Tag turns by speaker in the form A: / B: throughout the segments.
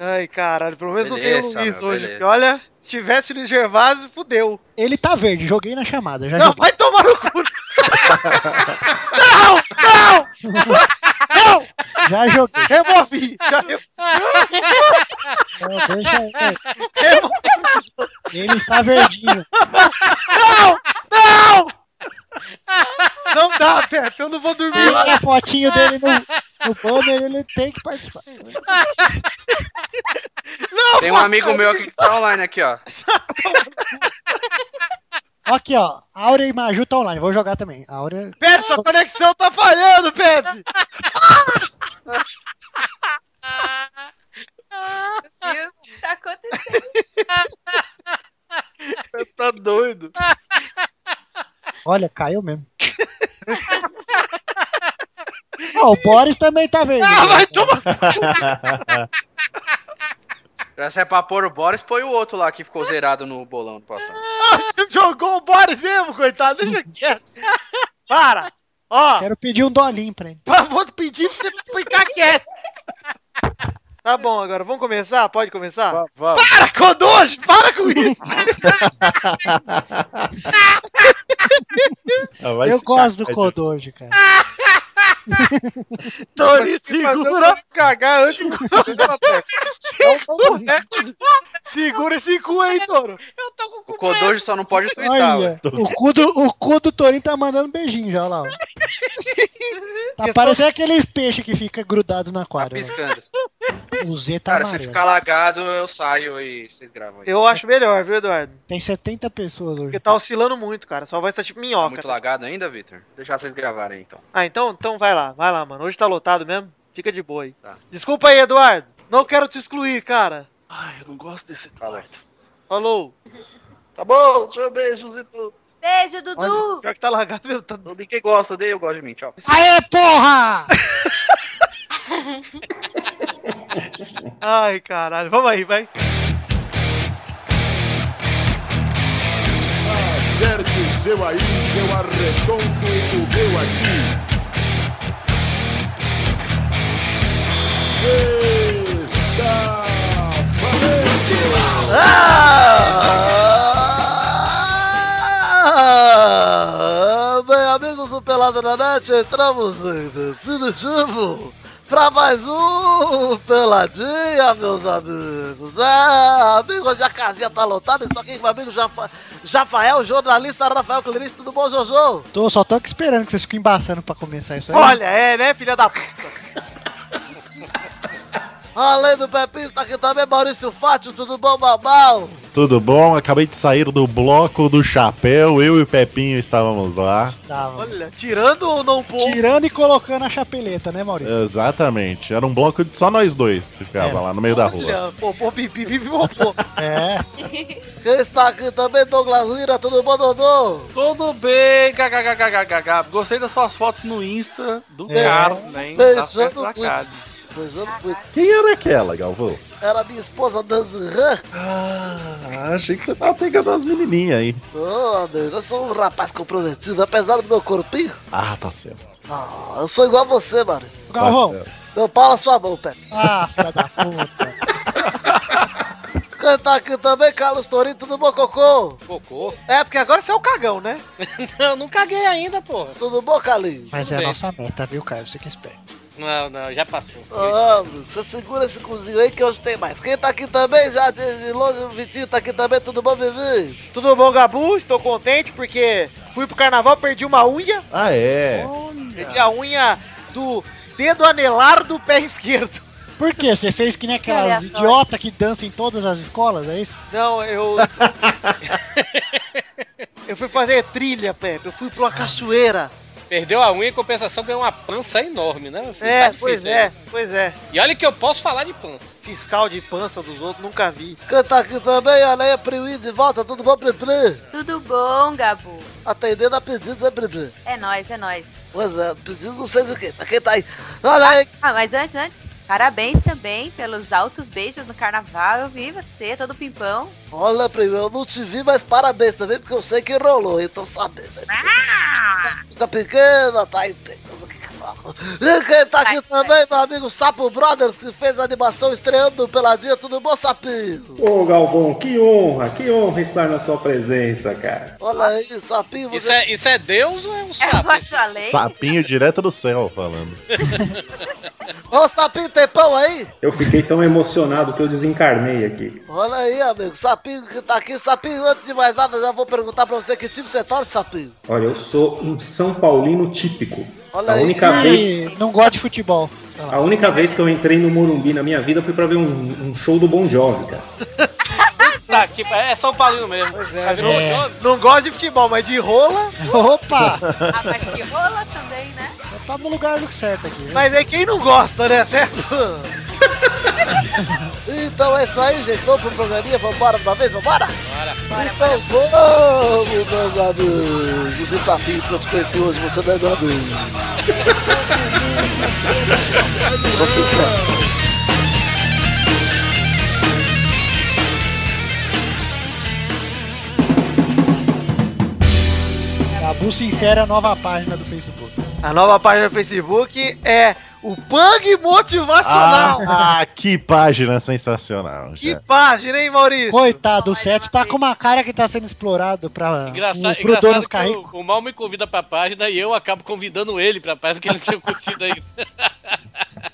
A: Ai, caralho, pelo menos não
B: Beleza,
A: tem o Luiz
B: meu,
A: hoje.
B: beleza.
A: porque olha, se tivesse Luiz Gervásio, fudeu.
C: Ele tá verde, joguei na chamada. Já
A: Não,
C: joguei.
A: vai tomar no cu. não, não,
C: Já joguei.
A: removi. Já re-
C: Não, deixa- é,
A: remo-
C: Ele está verdinho.
A: Não, não. Não dá, Pepe, eu não vou dormir.
C: Tem a fotinho dele no, no banner, ele tem que participar.
A: Não,
B: Tem um amigo meu aqui que tá online aqui, ó.
C: Aqui, ó. Áurea e Maju tá online. Vou jogar também. Áurea.
A: Pepe, sua conexão tá falhando, Pepe.
D: Meu Deus, o que tá acontecendo?
B: Tá doido.
C: Olha, caiu mesmo. Ó, o Boris também tá verde.
A: Ah, vai tomar.
B: Se é pra pôr o Boris, põe o outro lá que ficou zerado no bolão do passado.
A: Você jogou o Boris mesmo, coitado. Deixa quieto. Para. Ó,
C: Quero pedir um dolinho pra ele.
A: Pá, Vou pedir pra você ficar quieto. Tá bom, agora vamos começar? Pode começar?
E: Vamos, vamos.
A: Para, Codojo! Para com isso!
E: Ah, vai
C: Eu
E: se
C: gosto do
E: cagar,
C: Kodoji, cara.
A: Tony, segura,
F: Segura cagar antes
C: Então,
A: segura esse cu aí, Toro.
D: Eu tô com o
B: O
D: cu preto.
B: Kodojo só não pode twittar. ué.
C: Olha, o cu, do, o cu do Torinho tá mandando beijinho já, olha lá. ó. Tá parecendo aqueles peixes que fica grudado na
B: Tá
C: aquário. ó.
B: piscando.
C: O Z tá
F: Cara, se
C: amarelo.
F: ficar lagado, eu saio e vocês gravam aí.
A: Eu acho melhor, viu, Eduardo?
C: Tem 70 pessoas hoje.
A: Porque tá oscilando muito, cara. Sua voz tá tipo
B: Tá
A: minhoca.
B: muito
A: tá?
B: lagado ainda, Victor? Deixar vocês gravarem então.
A: Ah, então, então vai lá, vai lá, mano. Hoje tá lotado mesmo. Fica de boa aí.
B: Tá.
A: Desculpa aí, Eduardo. Não quero te excluir, cara.
E: Ai, eu não gosto desse
B: Falou.
A: Falou.
F: Tá bom, tchau, beijos e tudo.
D: Beijo, Dudu.
A: Pior que tá lagado mesmo. Tá...
F: Todo mundo que gosta dele, eu gosto de mim, tchau.
C: Aê, porra!
A: Ai, caralho. Vamos aí, vai.
G: Acerte o seu aí, que eu arredonto o meu aqui. Está valente!
A: Ah! Bem, amigos do Pelada na Net, entramos em definitivo para mais um Peladinha, meus amigos. É, amigo, hoje a casinha tá lotada, estou aqui com meu amigo Jafa, Jafael, jornalista Rafael Cleris, tudo bom, Jojo?
C: Tô, só tô aqui esperando que vocês fiquem embaçando pra começar isso aí.
A: Olha, é, né, filha da puta? Além do Pepinho, está aqui também Maurício Fátio, tudo bom, Babau?
E: Tudo bom? Acabei de sair do bloco do chapéu. Eu e o Pepinho estávamos lá.
C: Estávamos.
A: Olha, tirando ou não pondo?
C: Tirando e colocando a chapeleta, né, Maurício?
E: Exatamente. Era um bloco de só nós dois que ficava
C: Era.
E: lá no meio da rua.
A: Olha, pô, pô, pipi, pipi, pô, pô.
C: É.
A: Quem está aqui também, Douglas Lira, tudo bom, Dodô?
H: Tudo bem, kkkkkkk. Gostei das suas fotos no Insta do
C: É.
H: Carlos, hein? Da
F: tá
A: Beijando
H: festa da
A: muito.
H: Cádiz.
A: Beijando muito.
E: Quem era aquela, Galvão?
A: Era minha esposa Danzan.
E: Ah, achei que você tava pegando as menininhas aí.
A: Ô, amigo, eu sou um rapaz comprometido, apesar do meu corpinho.
E: Ah, tá certo. tá
A: Ah, eu sou igual a você, mano.
C: Galvão.
E: certo.
A: Não pala sua mão, Pepe.
C: Ah, filha da puta.
A: Quem tá aqui também, Carlos Torinho, tudo bom, Cocô?
F: Cocô.
A: É, porque agora você é o cagão, né?
F: Não, não caguei ainda, porra.
A: Tudo bom, Calinho?
C: Mas é
F: Tudo
C: a
F: bem.
C: nossa meta, viu, cara? Você que é esperto.
F: Não, não, já passou.
A: Ah, amigo, você segura esse cozinho aí que hoje tem mais. Quem tá aqui também, já de, de longe, o Vitinho tá aqui também, tudo bom, Vivi? Tudo bom, Gabu? Estou contente porque fui pro carnaval, perdi uma unha.
E: Ah, é.
A: Perdi a unha do dedo anelar do pé esquerdo.
C: Por quê? Você fez que nem
D: Que
C: aquelas
D: aleatório.
C: idiotas que dançam em todas as escolas, é isso?
A: Não, eu. eu fui fazer trilha, Pepe. Eu fui pra uma cachoeira.
F: Perdeu a unha em compensação ganhou uma pança enorme, né?
A: É, pois é, pois é.
F: E olha que eu posso falar de pança.
A: Fiscal de pança dos outros, nunca vi. Cantar tá aqui também, olha aí, Priwi de volta, tudo bom, Pri?
D: Tudo bom, Gabu?
A: Atendendo a pedidos, né, Pri?
D: É nóis, é nóis.
A: Pois é, pedidos não sei do que, pra quem tá aí. Olha aí,
D: Ah, mas antes, antes, parabéns também pelos altos beijos no carnaval. Eu vi você, todo pimpão.
A: olha, Pri, eu não te vi, mas parabéns também, porque eu
I: Ah!
A: sei que rolou, então sabe. né? Fica pequena, tá aí, tem coisa que- Quem tá aqui
D: Vai,
A: também, meu amigo Sapo Brothers, que fez a animação estreando o Peladinha. Tudo bom, Sapinho?
J: Ô Galvão, que honra, que honra estar na sua presença, cara.
A: Olha aí, Sapinho.
F: Isso
A: você-
F: é, isso é Deus ou é um
D: É
F: sapo?
D: uma lei.
E: Sapinho direto do céu falando.
I: é-
A: Ô, Sapinho, tem pão aí?
J: Eu fiquei tão emocionado que eu desencarnei aqui.
A: Olha aí, amigo. Sapinho que tá aqui. Sapinho, antes de mais nada, já vou perguntar pra você que time você torce, Sapinho.
J: Olha, eu sou um São Paulino típico.
A: Olha
J: A
A: aí.
J: única- Acabei.
C: E não gosta de futebol.
J: A única vez que eu entrei no Morumbi na minha vida foi pra ver um, um show do Bon Jovi, cara.
F: Tá, aqui, é São Paulino mesmo. Tá virou
C: É.
F: um jogo?
I: Não gosto de futebol, mas de rola.
C: Opa!
D: Ah, mas que rola também, né?
C: Tá no lugar certo aqui. viu?
I: Mas é quem não gosta, né? Certo?
A: Então é isso aí, gente. Vamos pro programinha. Vambora de uma vez, vambora?
F: Bora.
A: Então vamos, meus amigos. E Sapinho, que eu te conheci hoje, você não é meu amigo. Você é. sabe.
C: Tabu Sincera é a nova página do Facebook.
I: A nova página do Facebook é o Pang Motivacional.
E: Ah, que página sensacional.
I: que
E: cara.
I: página, hein, Maurício?
C: Coitado, o set tá com uma cara que tá sendo explorado pra,
F: Engraça-
C: o- pro dono
F: engraçado
C: ficar
F: que
C: rico.
F: o, o Mal me convida pra página e eu acabo convidando ele pra página porque ele não tinha curtido ainda.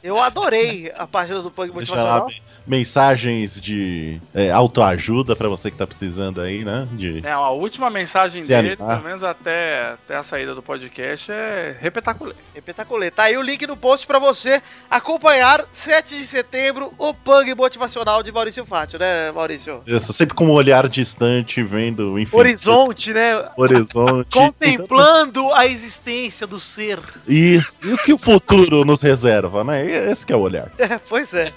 I: Eu adorei a página do Pang
E: Deixa lá
I: Motivacional.
E: men- mensagens de é, autoajuda pra você que tá precisando aí, né? De...
H: Não, É, a última mensagem
E: Se
H: dele,
E: animar.
H: pelo menos até, até a saída do podcast, é repetaculê.
I: Espetacular. Tá aí o link no post pra você acompanhar 7 de setembro o Pang Motivacional de Maurício Fátio, né, Maurício?
E: Eu sou sempre com um olhar distante, vendo o infinito,
I: Horizonte, né?
E: horizonte. Então,
I: Contemplando a existência do ser.
E: Isso. E o que o futuro nos reserva, né? E Esse que é o olhar.
I: É, pois é.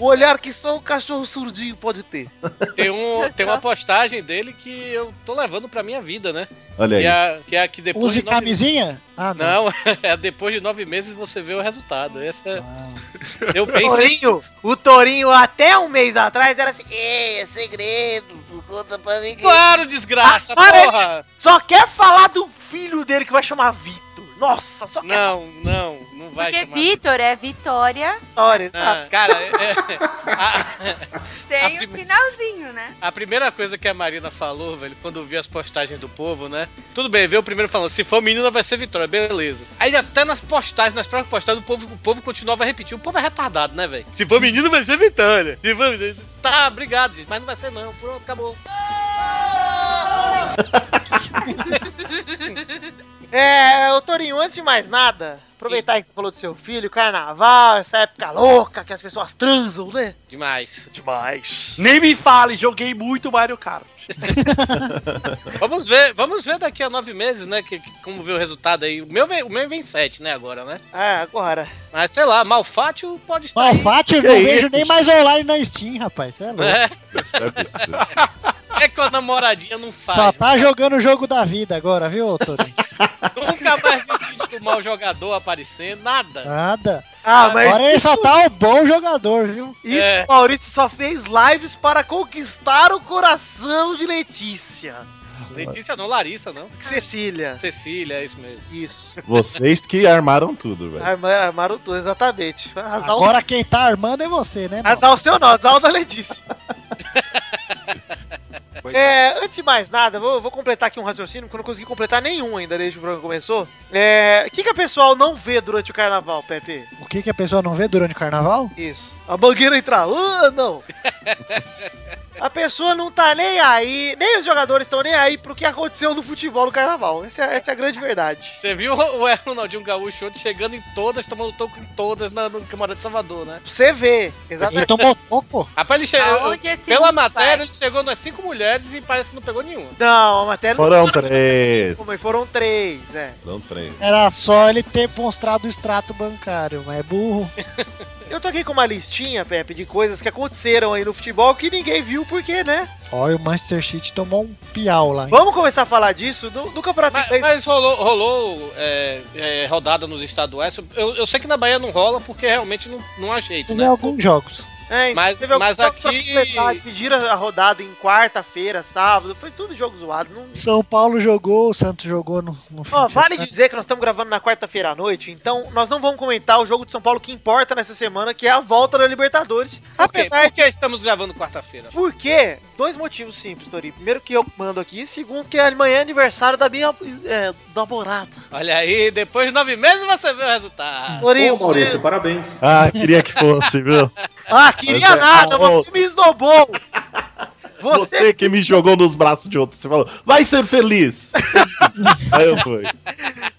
I: O olhar que só um cachorro surdinho pode ter.
F: Tem, um, tem uma postagem dele que eu tô levando pra minha vida, né?
E: Olha aí.
F: Que é, a- que é a que depois.
C: Use
F: de nove-
C: camisinha? Ah, não.
F: Não, é depois de nove meses você vê o resultado. Essa,
C: Ah.
F: eu pensei.
I: Torinho, o Torinho até um mês atrás era assim, Ei, é segredo, não conta pra ninguém.
F: Claro, desgraça,
I: Ah, para
F: porra!
I: Só quer falar do filho dele que vai chamar Vitor. Nossa, só quer
F: Não, não, não vai
D: Porque
F: chamar.
D: Vitor é Vitória
I: história, sabe?
F: Ah, cara, é- é- A
D: sem o
F: prime-
D: finalzinho, né?
F: a, a primeira coisa que a Marina falou, velho, quando viu as postagens do povo, né? Tudo bem, veio o primeiro falando, se for menina vai ser Vitória, beleza. Aí até nas postagens, nas próprias postagens, o povo, o povo continuava a repetir. O povo é retardado, né, velho? Se for menino vai ser Vitória. Se for menino... Tá, obrigado, gente, mas não vai ser não. Pronto, acabou.
I: É, ô Torinho, antes de mais nada, aproveitar que você falou do seu filho, carnaval, essa época louca que as pessoas transam, né?
F: Demais.
H: Demais. Nem me fale, joguei muito Mario Kart.
F: Vamos ver, vamos ver daqui a nove meses, né? Que, que- como vê o resultado aí. O meu vem, o meu vem sete, né, agora, né?
I: Ah, agora.
F: Mas sei lá, Malfátio pode
C: então,
F: estar. aí.
C: Malfátio,
E: Que
C: não
E: é
C: vejo
E: isso,
C: nem mais online na Steam, rapaz. Cê é louco.
F: É,
E: Isso é absurdo.
F: é que a namoradinha não faz.
C: Só tá jogando o jogo da vida agora, viu, Torinho?
F: Nunca mais vi um vídeo do mau jogador aparecer, nada.
C: Nada.
I: Ah, mas
C: Agora ele só tá o bom jogador, viu?
I: isso,
F: É.
I: Maurício só fez lives para conquistar o coração de Letícia.
F: Letícia não, Larissa não.
I: Cecília.
F: Cecília, é isso mesmo.
I: Isso.
E: Vocês que armaram tudo, velho.
I: Arma- Armaram tudo, exatamente.
E: um-
I: Azar, o-
C: Agora quem tá armando é você, né, mano?
I: azar o seu não, azar o da Letícia. É, antes de mais nada, vou, vou completar aqui um raciocínio, porque eu não consegui completar nenhum ainda desde que o programa começou. É, O que, que a pessoal não vê durante o carnaval, Pepe?
C: O que, que a pessoa não vê durante o carnaval?
I: Isso. A mangueira entrar. Ah, não! A pessoa não tá nem aí, nem os jogadores estão nem aí pro que aconteceu no futebol no carnaval. Essa é, essa é a grande verdade.
F: Você viu o o Ronaldinho Gaúcho ontem chegando em todas, tomando toco em todas na, no Camarote Salvador, né?
I: Você vê,
C: Ele
I: exatamente.
C: tomou toco?
F: Rapaz, ele chegou.
D: Aonde esse
F: Pela
D: mundo
F: matéria,
D: vai?
F: ele chegou nas cinco mulheres e parece que não pegou nenhuma.
I: Não, a matéria não
E: Foram três.
I: foi, mas é foram três, é.
E: Foram três.
C: Era só ele ter mostrado o extrato bancário, mas é burro.
I: Eu tô aqui com uma listinha, Pepe, de coisas que aconteceram aí no futebol que ninguém viu, porque, né?
C: Olha, o Manchester City tomou um piau lá. hein?
I: Vamos começar a falar disso do, do Campeonato
F: Mas,
I: Inglês.
F: mas rolou, rolou é, é, rodada nos estaduais. Eu, eu sei que na Bahia não rola porque realmente não, não há jeito,
C: Em
F: né?
C: alguns jogos.
I: É, então
F: Mas-
I: teve alguns
F: mas
I: jogos pra
F: aqui-
I: completar, que gira a rodada em quarta-feira, sábado, foi tudo jogo zoado. Não...
C: São Paulo jogou, o Santos jogou no, no fim
I: Ó,
C: de
I: vale
C: semana.
I: dizer que nós estamos gravando na quarta-feira à noite, então nós não vamos comentar o jogo de São Paulo que importa nessa semana, que é a volta da Libertadores.
F: Por quê?
I: Apesar
F: Por que estamos gravando quarta-feira?
I: Por quê? Dois motivos simples, Tori. Primeiro que eu mando aqui, segundo que amanhã é aniversário da minha é, namorada.
F: Olha aí, depois de nove meses você vê o resultado.
I: Tori,
J: Ô, Maurício,
I: você...
J: parabéns.
E: Ah, queria que fosse, viu?
I: Ah, queria
E: Mas é-
I: nada,
E: Ah, ô.
I: você me esnobou. Você,
E: Você que me jogou nos braços de outro, você falou, vai ser feliz! Aí eu fui.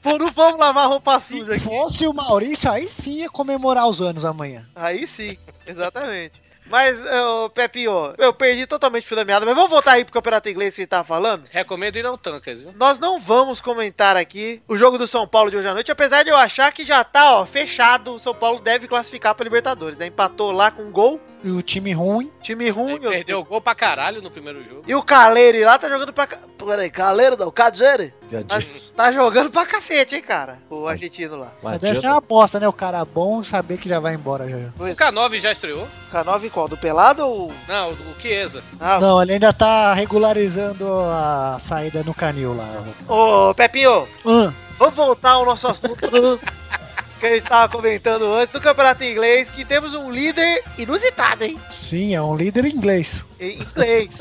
I: pô, não um, vamos lavar roupa suja
C: Se
I: aqui.
C: fosse o Maurício, aí sim ia comemorar os anos amanhã.
I: Aí sim, exatamente. Mas, ô, Pepinho, eu perdi totalmente o fio da meada, mas vamos voltar aí pro campeonato inglês que ele tava falando?
F: Recomendo ir ao Tancas, viu?
I: Nós não vamos comentar aqui o jogo do São Paulo de hoje à noite, apesar de eu achar que já tá, ó, fechado. O São Paulo deve classificar pra Libertadores, né? Empatou lá com um gol,
C: E o time ruim,
I: time ruim,
F: Ele
I: eu sei.
F: perdeu o gol pra caralho no primeiro jogo.
I: E o Caleiro lá tá jogando pra. ca-
A: Peraí, caleiro não, Cadieri?
I: Tá, tá jogando pra cacete, hein, cara? O argentino lá.
E: Não
C: mas deve ser
E: adianta.
C: uma aposta, né? O cara bom saber que já vai embora já. já.
F: O K9 já estreou?
I: K9 qual? Do Pelado ou.
F: Não, o Chiesa.
I: Ah,
C: Não, ele ainda tá regularizando a saída no canil lá.
I: ô, Pepinho,
C: Ah,
I: vamos voltar ao nosso assunto. Que a gente tava comentando antes do campeonato inglês, que temos um líder inusitado, hein?
C: sim, é um líder inglês.
I: Em inglês.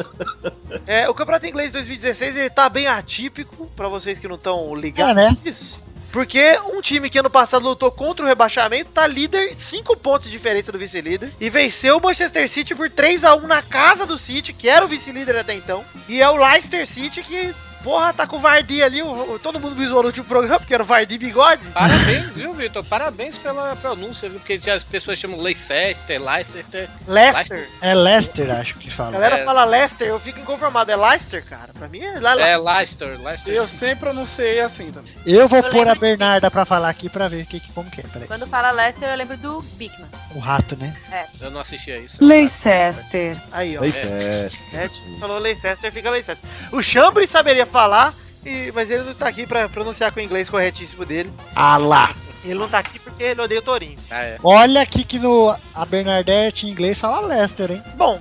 I: É, o campeonato inglês 2016 ele tá bem atípico, pra vocês que não estão ligados.
C: É, né?
I: nisso, Porque um time que ano passado lutou contra o rebaixamento tá líder, 5 pontos de diferença do vice-líder. E venceu o Manchester City por 3 a 1 na casa do City, que era o vice-líder até então. E é o Leicester City que, porra, tá com o Vardy ali. o- o- todo mundo me zoou no último programa, porque era o Vardy bigode.
F: Parabéns, viu, Vitor? Parabéns pela pronúncia, viu? Porque já as pessoas chamam Leicester, Leicester.
I: Leicester.
C: É Leicester, acho que
I: A
C: fala.
I: galera
F: É.
I: fala Leicester, eu fico inconformado. É Leicester, cara. Pra mim é lá, lá.
F: É, Leicester, Leicester.
H: Eu sempre pronunciei assim também.
C: Eu vou
D: Eu
C: pôr a
D: lembro que-
C: Bernarda pra falar aqui pra ver que, que- como que é. Peraí.
D: Quando fala Leicester, eu lembro do Bigman.
C: O rato, né?
F: Eu não assistia isso.
K: Leicester.
I: Aí, ó.
E: Vai ser.
I: É, tipo, falou Leicester, fica Leicester. O Chambre saberia falar, e- mas ele não tá aqui pra pronunciar com o inglês corretíssimo dele.
E: Ah lá!
I: Ele não tá aqui porque ele odeia o Torinho.
F: Ah, é.
C: Olha aqui que no a Bernadette em inglês fala Leicester, hein?
I: Bom,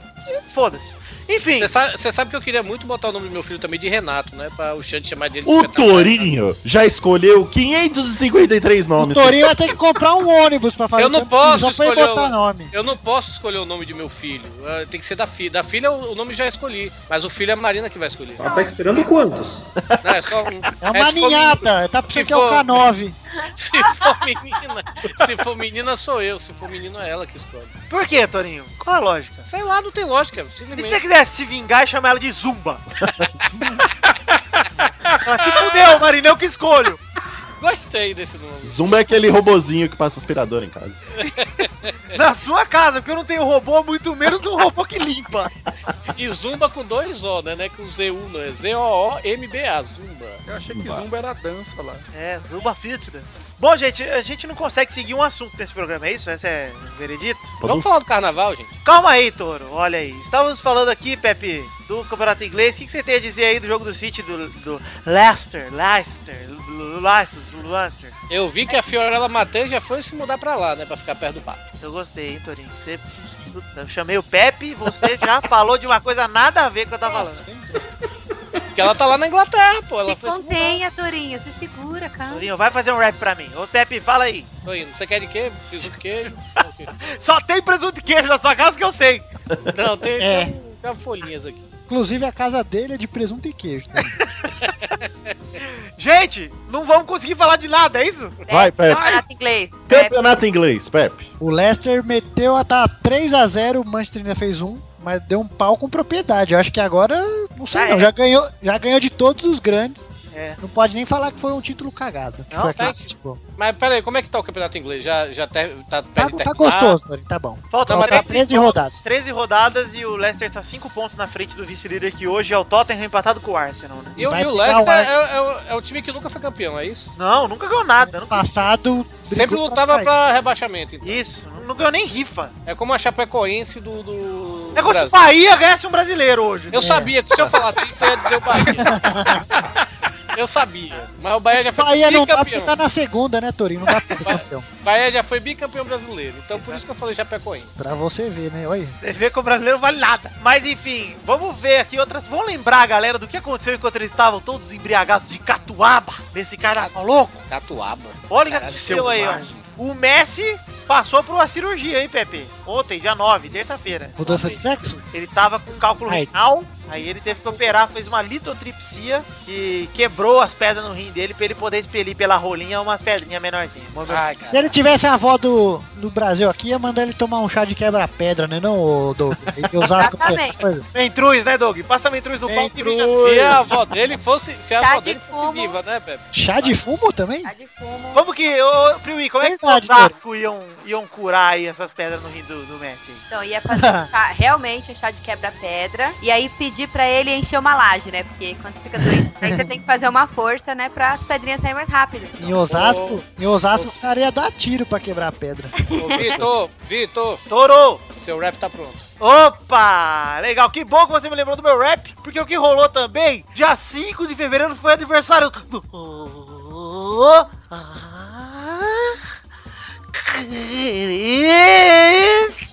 I: foda-se. Enfim,
F: Você sabe, você sabe que eu queria muito botar o nome do meu filho também de Renato, né? Pra o Xande chamar dele de
E: O
F: espetacular,
E: Torinho já escolheu 553
C: O
E: nomes.
C: Torinho vai ter que comprar um ônibus pra fazer
F: Eu não
C: tanto assim,
F: posso
C: só pra ele
F: escolher um.
C: botar
F: o-
C: nome.
F: sabe? Eu não posso escolher o nome de meu filho. eh, Tem que ser da filha. Da filha o o nome já escolhi. Mas o filho é a Marina que vai escolher.
E: Ah.
J: Ela tá esperando quantos?
F: Não, é só um. Tipo
C: É uma
F: se for
C: ninhada, tá pensando
F: se
C: que é o
F: for-
C: K9.
F: meni- Se for menina. Se for menina, sou eu. Se for menino, é ela que escolhe.
I: por que, Torinho? Qual a lógica?
F: Sei lá, não tem lógica.
I: E se
F: Simplesmente.
I: você quisesse se vingar e chamar ela de Zumba? Fala, se fudeu, Marinho, eu que escolho.
F: Gostei desse nome.
E: Zumba é aquele robozinho que passa aspirador em casa.
I: Na sua casa, porque eu não tenho robô, muito menos um robô que limpa.
F: E Zumba com dois O, né? né? Com Z1, né? Z-O-O-M-B-A. Zumba.
H: Eu achei que
E: Zumba.
H: Zumba era dança lá.
I: É, Zumba Fitness. Bom, gente, a gente não consegue seguir um assunto nesse programa, é isso? Esse é o veredito?
C: um
F: Vamos falar do carnaval, gente?
I: Calma aí, Toro. Olha aí. Estávamos falando aqui, Pepe, do campeonato inglês. O que, que você tem a dizer aí do jogo do City, do, do Leicester, Leicester, L- L- Leicester, Leicester?
F: Eu vi que a Fiorella Matheus já foi se mudar pra lá, né? Pra ficar perto do bar.
I: Eu gostei, hein, Torinho. Você... Eu chamei o Pepe, você já falou de uma coisa nada a ver com o que eu tava falando.
C: Tá
F: Porque ela tá lá na Inglaterra, pô. Ela
D: Se
F: foi se mudar.
D: contenha, Torinho. Se segura, calma.
I: Torinho, vai fazer um rap pra mim. Ô, Pepe, fala aí.
F: Tô indo. Você quer de quê? Fiz o queijo?
I: Só tem presunto e queijo na sua casa que eu sei.
F: Não, tem,
C: É.
F: tem, um- tem umas folhinhas aqui.
C: Inclusive a casa dele é de presunto e queijo. né?
I: Gente, não vamos conseguir falar de nada, é isso?
E: Vai, Pepe.
D: Campeonato inglês. Ah, Pepe.
E: Campeonato inglês, Pepe.
C: O Leicester meteu a tá 3 a 0, o Manchester ainda fez um, mas deu um pau com propriedade. Eu acho que agora não sei
I: Ah,
C: não,
I: é.
C: já ganhou, já ganhou de todos os grandes.
I: É.
C: Não pode nem falar que foi um título cagado. Que
I: Não,
C: foi
I: tá
C: aquele, tipo,
F: Mas pera aí, como é que tá o campeonato inglês? Já, já ter, tá, tá,
C: tá,
F: de
C: tá
F: terminar?
C: gostoso, Torinho, tá bom.
I: Faltam
F: Não, mas
C: Tá
F: tá
I: 13
C: 13 rodadas.
I: 13 rodadas e o Leicester está 5 pontos na frente do vice-líder que hoje é o Tottenham empatado com o Arsenal, né?
F: E, o-
C: Vai
F: e o
C: pegar
F: Leicester
C: o Arsenal.
F: é, é o- é o time que nunca foi campeão, é isso?
I: Não, nunca ganhou nada. Não...
C: Passado
F: Sempre
C: brigou
F: lutava
C: cair.
F: pra rebaixamento. Então.
I: Isso, não não ganhou nem rifa.
F: É como a Chapecoense do, do
I: É como se
F: Brasil.
I: o
C: É.
I: Bahia ganhasse um brasileiro hoje.
F: Eu sabia que se eu falar disso, você ia dizer o Bahia. Eu sabia. Mas é o Bahia já foi
C: Bahia não dá porque
F: bicampeão.
C: tá na segunda, né, Torinho? Não dá pra ser campeão.
F: Bahia já foi bicampeão brasileiro. Então por isso que eu falei Chapecoense.
C: Pra você ver, né? Olha aí.
I: Você vê que o brasileiro vale nada. Mas enfim, vamos ver aqui outras. Vamos lembrar, galera, do que aconteceu enquanto eles estavam todos embriagados de catuaba nesse carnaval louco.
F: Catuaba.
I: Olha o que
F: Caralho,
I: aconteceu aí, ó.
F: selvagem.
I: O Messi passou por uma cirurgia, hein, Pepe? Ontem, dia 9, terça-feira.
C: Mudança de sexo?
F: tá
I: Ele tava com cálculo
C: Ai,
I: renal, aí ele teve que operar, fez uma litotripsia que quebrou as pedras no rim dele pra ele poder expelir pela rolinha umas pedrinhas menorzinhas.
F: Ai,
C: Se ele
F: cara.
C: tivesse a avó do, do Brasil aqui, ia mandar ele tomar um chá de quebra-pedra, né? Não, ô, Doug. Ele ia usar as
D: Exatamente.
C: coisas.
I: Mentruz, né, Doug? Passa mentruz no
C: um
I: pau que vem na-
F: Se a avó dele fosse. Se a
D: Chá
F: avó
D: de
F: dele fosse
D: fumo.
F: viva, né, Pepe?
C: Chá de fumo também?
D: Tá de fumo.
I: Como que, ô, Priui, como é que
C: Verdade,
I: os Osasco iam, iam curar aí essas pedras no rim do, do Messi?
D: Então, ia fazer um chá- realmente um chá de quebra-pedra. E aí pedir pra ele encher uma laje, né? Porque quando você fica doente, aí você tem que fazer uma força, né? Pra as pedrinhas saírem mais rápido.
C: Em Osasco, em Osasco, os caras iam dar tiro pra quebrar a pedra.
F: Ô, Vitor, Vitor,
I: Torou!
F: seu rap tá pronto.
I: Opa! Legal, que bom que você me lembrou do meu rap, porque o que rolou também, dia 5 de fevereiro foi aniversário do. Ah, Cris.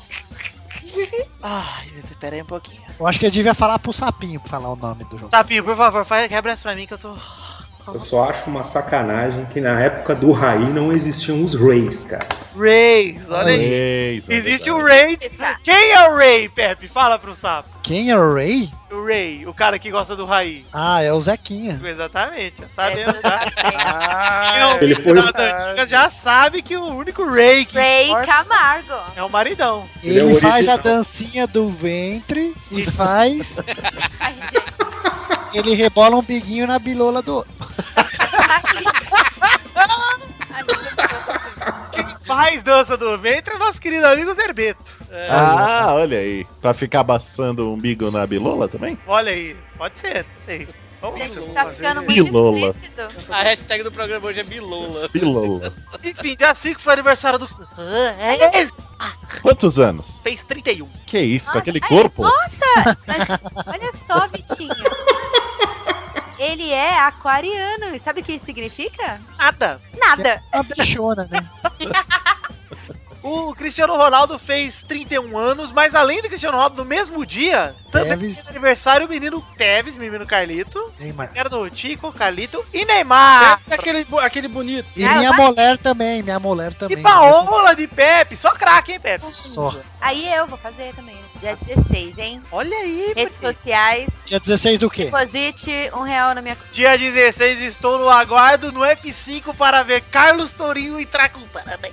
I: Ai, meu Deus, pera aí um pouquinho.
C: Eu acho que eu devia falar pro sapinho pra falar o nome do jogo.
I: Tapinho, por favor, faz, quebra essa pra mim que eu tô.
J: Eu só acho uma sacanagem que na época do Raí não existiam os Rays, cara.
I: Reis, olha aí.
E: Três, é
I: Existe um o
E: verdade.
I: Ray.
D: Essa-
I: Quem é o Ray, Pepe? Fala pro sapo.
C: Quem é o Ray?
I: O Ray, o cara que gosta do Raí.
C: Ah, é o Zequinha.
I: Exatamente, já sabemos.
D: essa-
I: Já. Quem é um
J: Ele
I: bicho
J: foi-
I: das antigas já sabe que o único Ray que
D: Ray
I: importa
D: Camargo.
I: é o maridão.
J: Ele é
C: Ele
J: o
C: faz a
J: original.
C: dancinha do ventre e faz. Ele rebola um biguinho na bilola do outro.
I: Faz dança do ventre, é nosso querido amigo Zerbeto.
E: Ah, olha aí. Pra ficar baçando o umbigo na bilola também?
I: Olha aí, pode ser, não sei. Vamos
D: Gente,
I: lá.
D: tá ficando muito
E: Bilola.
D: explícito.
F: A hashtag do programa hoje é Bilola.
E: Bilola.
I: Enfim, dia 5 foi aniversário do. Ah, é,
E: Quantos anos?
I: Fez 31.
E: Que isso, com
D: Nossa,
E: aquele
D: ai,
E: corpo?
D: Nossa! mas olha só, Vitinho. Ele é aquariano. E sabe o que isso significa?
I: Nada.
D: Nada.
C: Uma bichona, né?
I: O Cristiano Ronaldo fez 31 anos, mas além do Cristiano Ronaldo, no mesmo dia, também
C: Tevez.
I: fez aniversário o menino Tevez, menino Carlito,
C: Hein, mano?
I: era do Tico, Carlito e Neymar.
H: É aquele, bo- aquele bonito.
C: E
D: Ah,
C: minha
D: vai-
C: mulher também, minha mulher também.
I: E Paola de Pepe, só craque, hein, Pepe?
C: Só.
D: Aí eu vou fazer também. Dia 16, hein?
I: Olha aí,
D: Redes
I: Pepe.
D: sociais.
C: Dia 16 do quê?
D: Deposite um real na minha
I: Dia 16, estou no aguardo no F5 para ver Carlos Tourinho entrar com parabéns.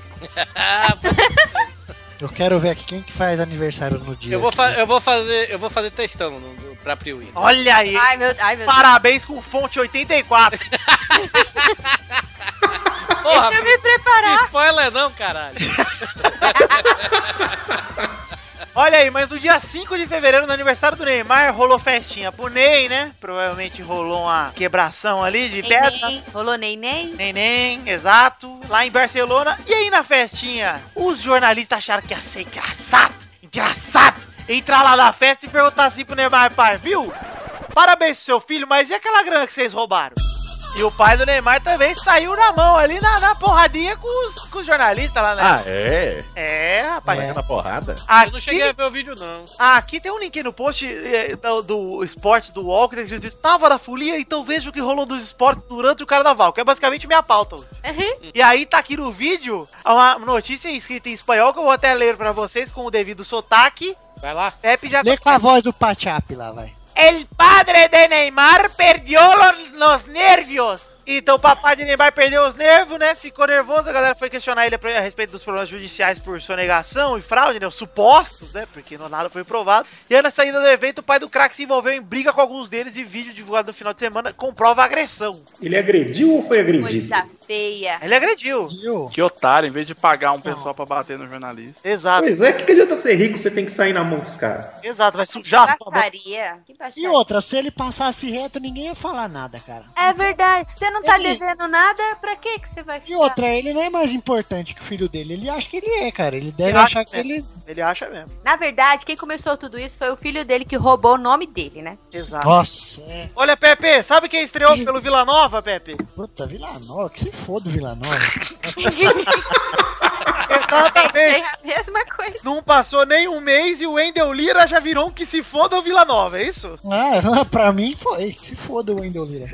C: Eu quero ver aqui quem que faz aniversário no dia.
F: Eu vou,
C: aqui.
F: fa- eu vou fazer. Eu vou fazer textão no, no- pra Priui.
I: Olha aí.
D: Ai, meu, ai, meu
I: Parabéns com fonte 84.
D: Deus.
F: é
D: Deixa eu me preparar.
F: Que spoiler não, caralho.
I: Olha aí, mas no dia 5 de fevereiro, no aniversário do Neymar, rolou festinha pro Ney, né? Provavelmente rolou uma quebração ali de pedra.
D: Neném. Rolou neném?
I: Neném, exato, lá em Barcelona. E aí na festinha, os jornalistas acharam que ia ser engraçado, engraçado, entrar lá na festa e perguntar assim pro Neymar, pai, viu? Parabéns pro seu filho, mas e aquela grana que vocês roubaram? E o pai do Neymar também saiu na mão ali na, na porradinha com os, com os jornalistas lá, né?
E: Ah, é?
I: é, rapaz.
E: Vai na porrada?
I: Aqui,
F: Eu não cheguei a ver o vídeo, não.
I: aqui tem um link aí no post eh, do, do esporte do Walker, que ele diz, tava na folia, então veja o que rolou dos esportes durante o carnaval, que é basicamente minha pauta hoje. E aí tá aqui no vídeo uma notícia escrita em espanhol que eu vou até ler pra vocês com o devido sotaque.
F: Vai lá.
I: Pepe já é.
C: Lê com a voz do Pachap lá, vai.
I: El padre de Neymar perdeu los, los nervios. Então o papai de Neymar perdeu os nervos, né? Ficou nervoso, a galera foi questionar ele a respeito dos problemas judiciais por sonegação e fraude, né? Os supostos, né? Porque não- nada foi provado. E aí na saída do evento, o pai do craque se envolveu em briga com alguns deles e vídeo divulgado no final de semana comprova a agressão.
J: Ele agrediu ou foi agredido?
D: Coisa feia.
I: Ele agrediu.
H: Que otário, em vez de pagar um pessoal pra bater no jornalista.
I: Exato.
J: Pois é, que que adianta ser rico se você tem que sair na mão dos caras?
I: Exato, vai sujar. sua mão.
D: Baixaria. Que
C: E
D: baixaria.
C: outra, se ele passasse reto, ninguém ia falar nada, cara.
D: É verdade. Você não tá
C: Ele-
D: devendo nada, pra que que você vai
C: E
D: ficar?
C: outra, ele não é mais importante que o filho dele. Ele acha que ele é, cara. Ele deve
I: Ele
C: achar
I: acha
C: que ele.
I: Ele acha mesmo.
D: Na verdade, quem começou tudo isso foi o filho dele que roubou o nome dele, né?
I: Exato.
C: Nossa, é.
I: Olha, Pepe, sabe quem estreou pelo Vila Nova, Pepe?
C: Puta, Vila Nova, que se foda o Vila Nova.
I: Exatamente.
C: Tá
D: Pensei É a mesma coisa.
I: Não passou nem um mês e o Wendel Lira já virou um que se foda o Vila Nova, é isso?
C: ah, pra mim foi. Que se foda o Wendel Lira.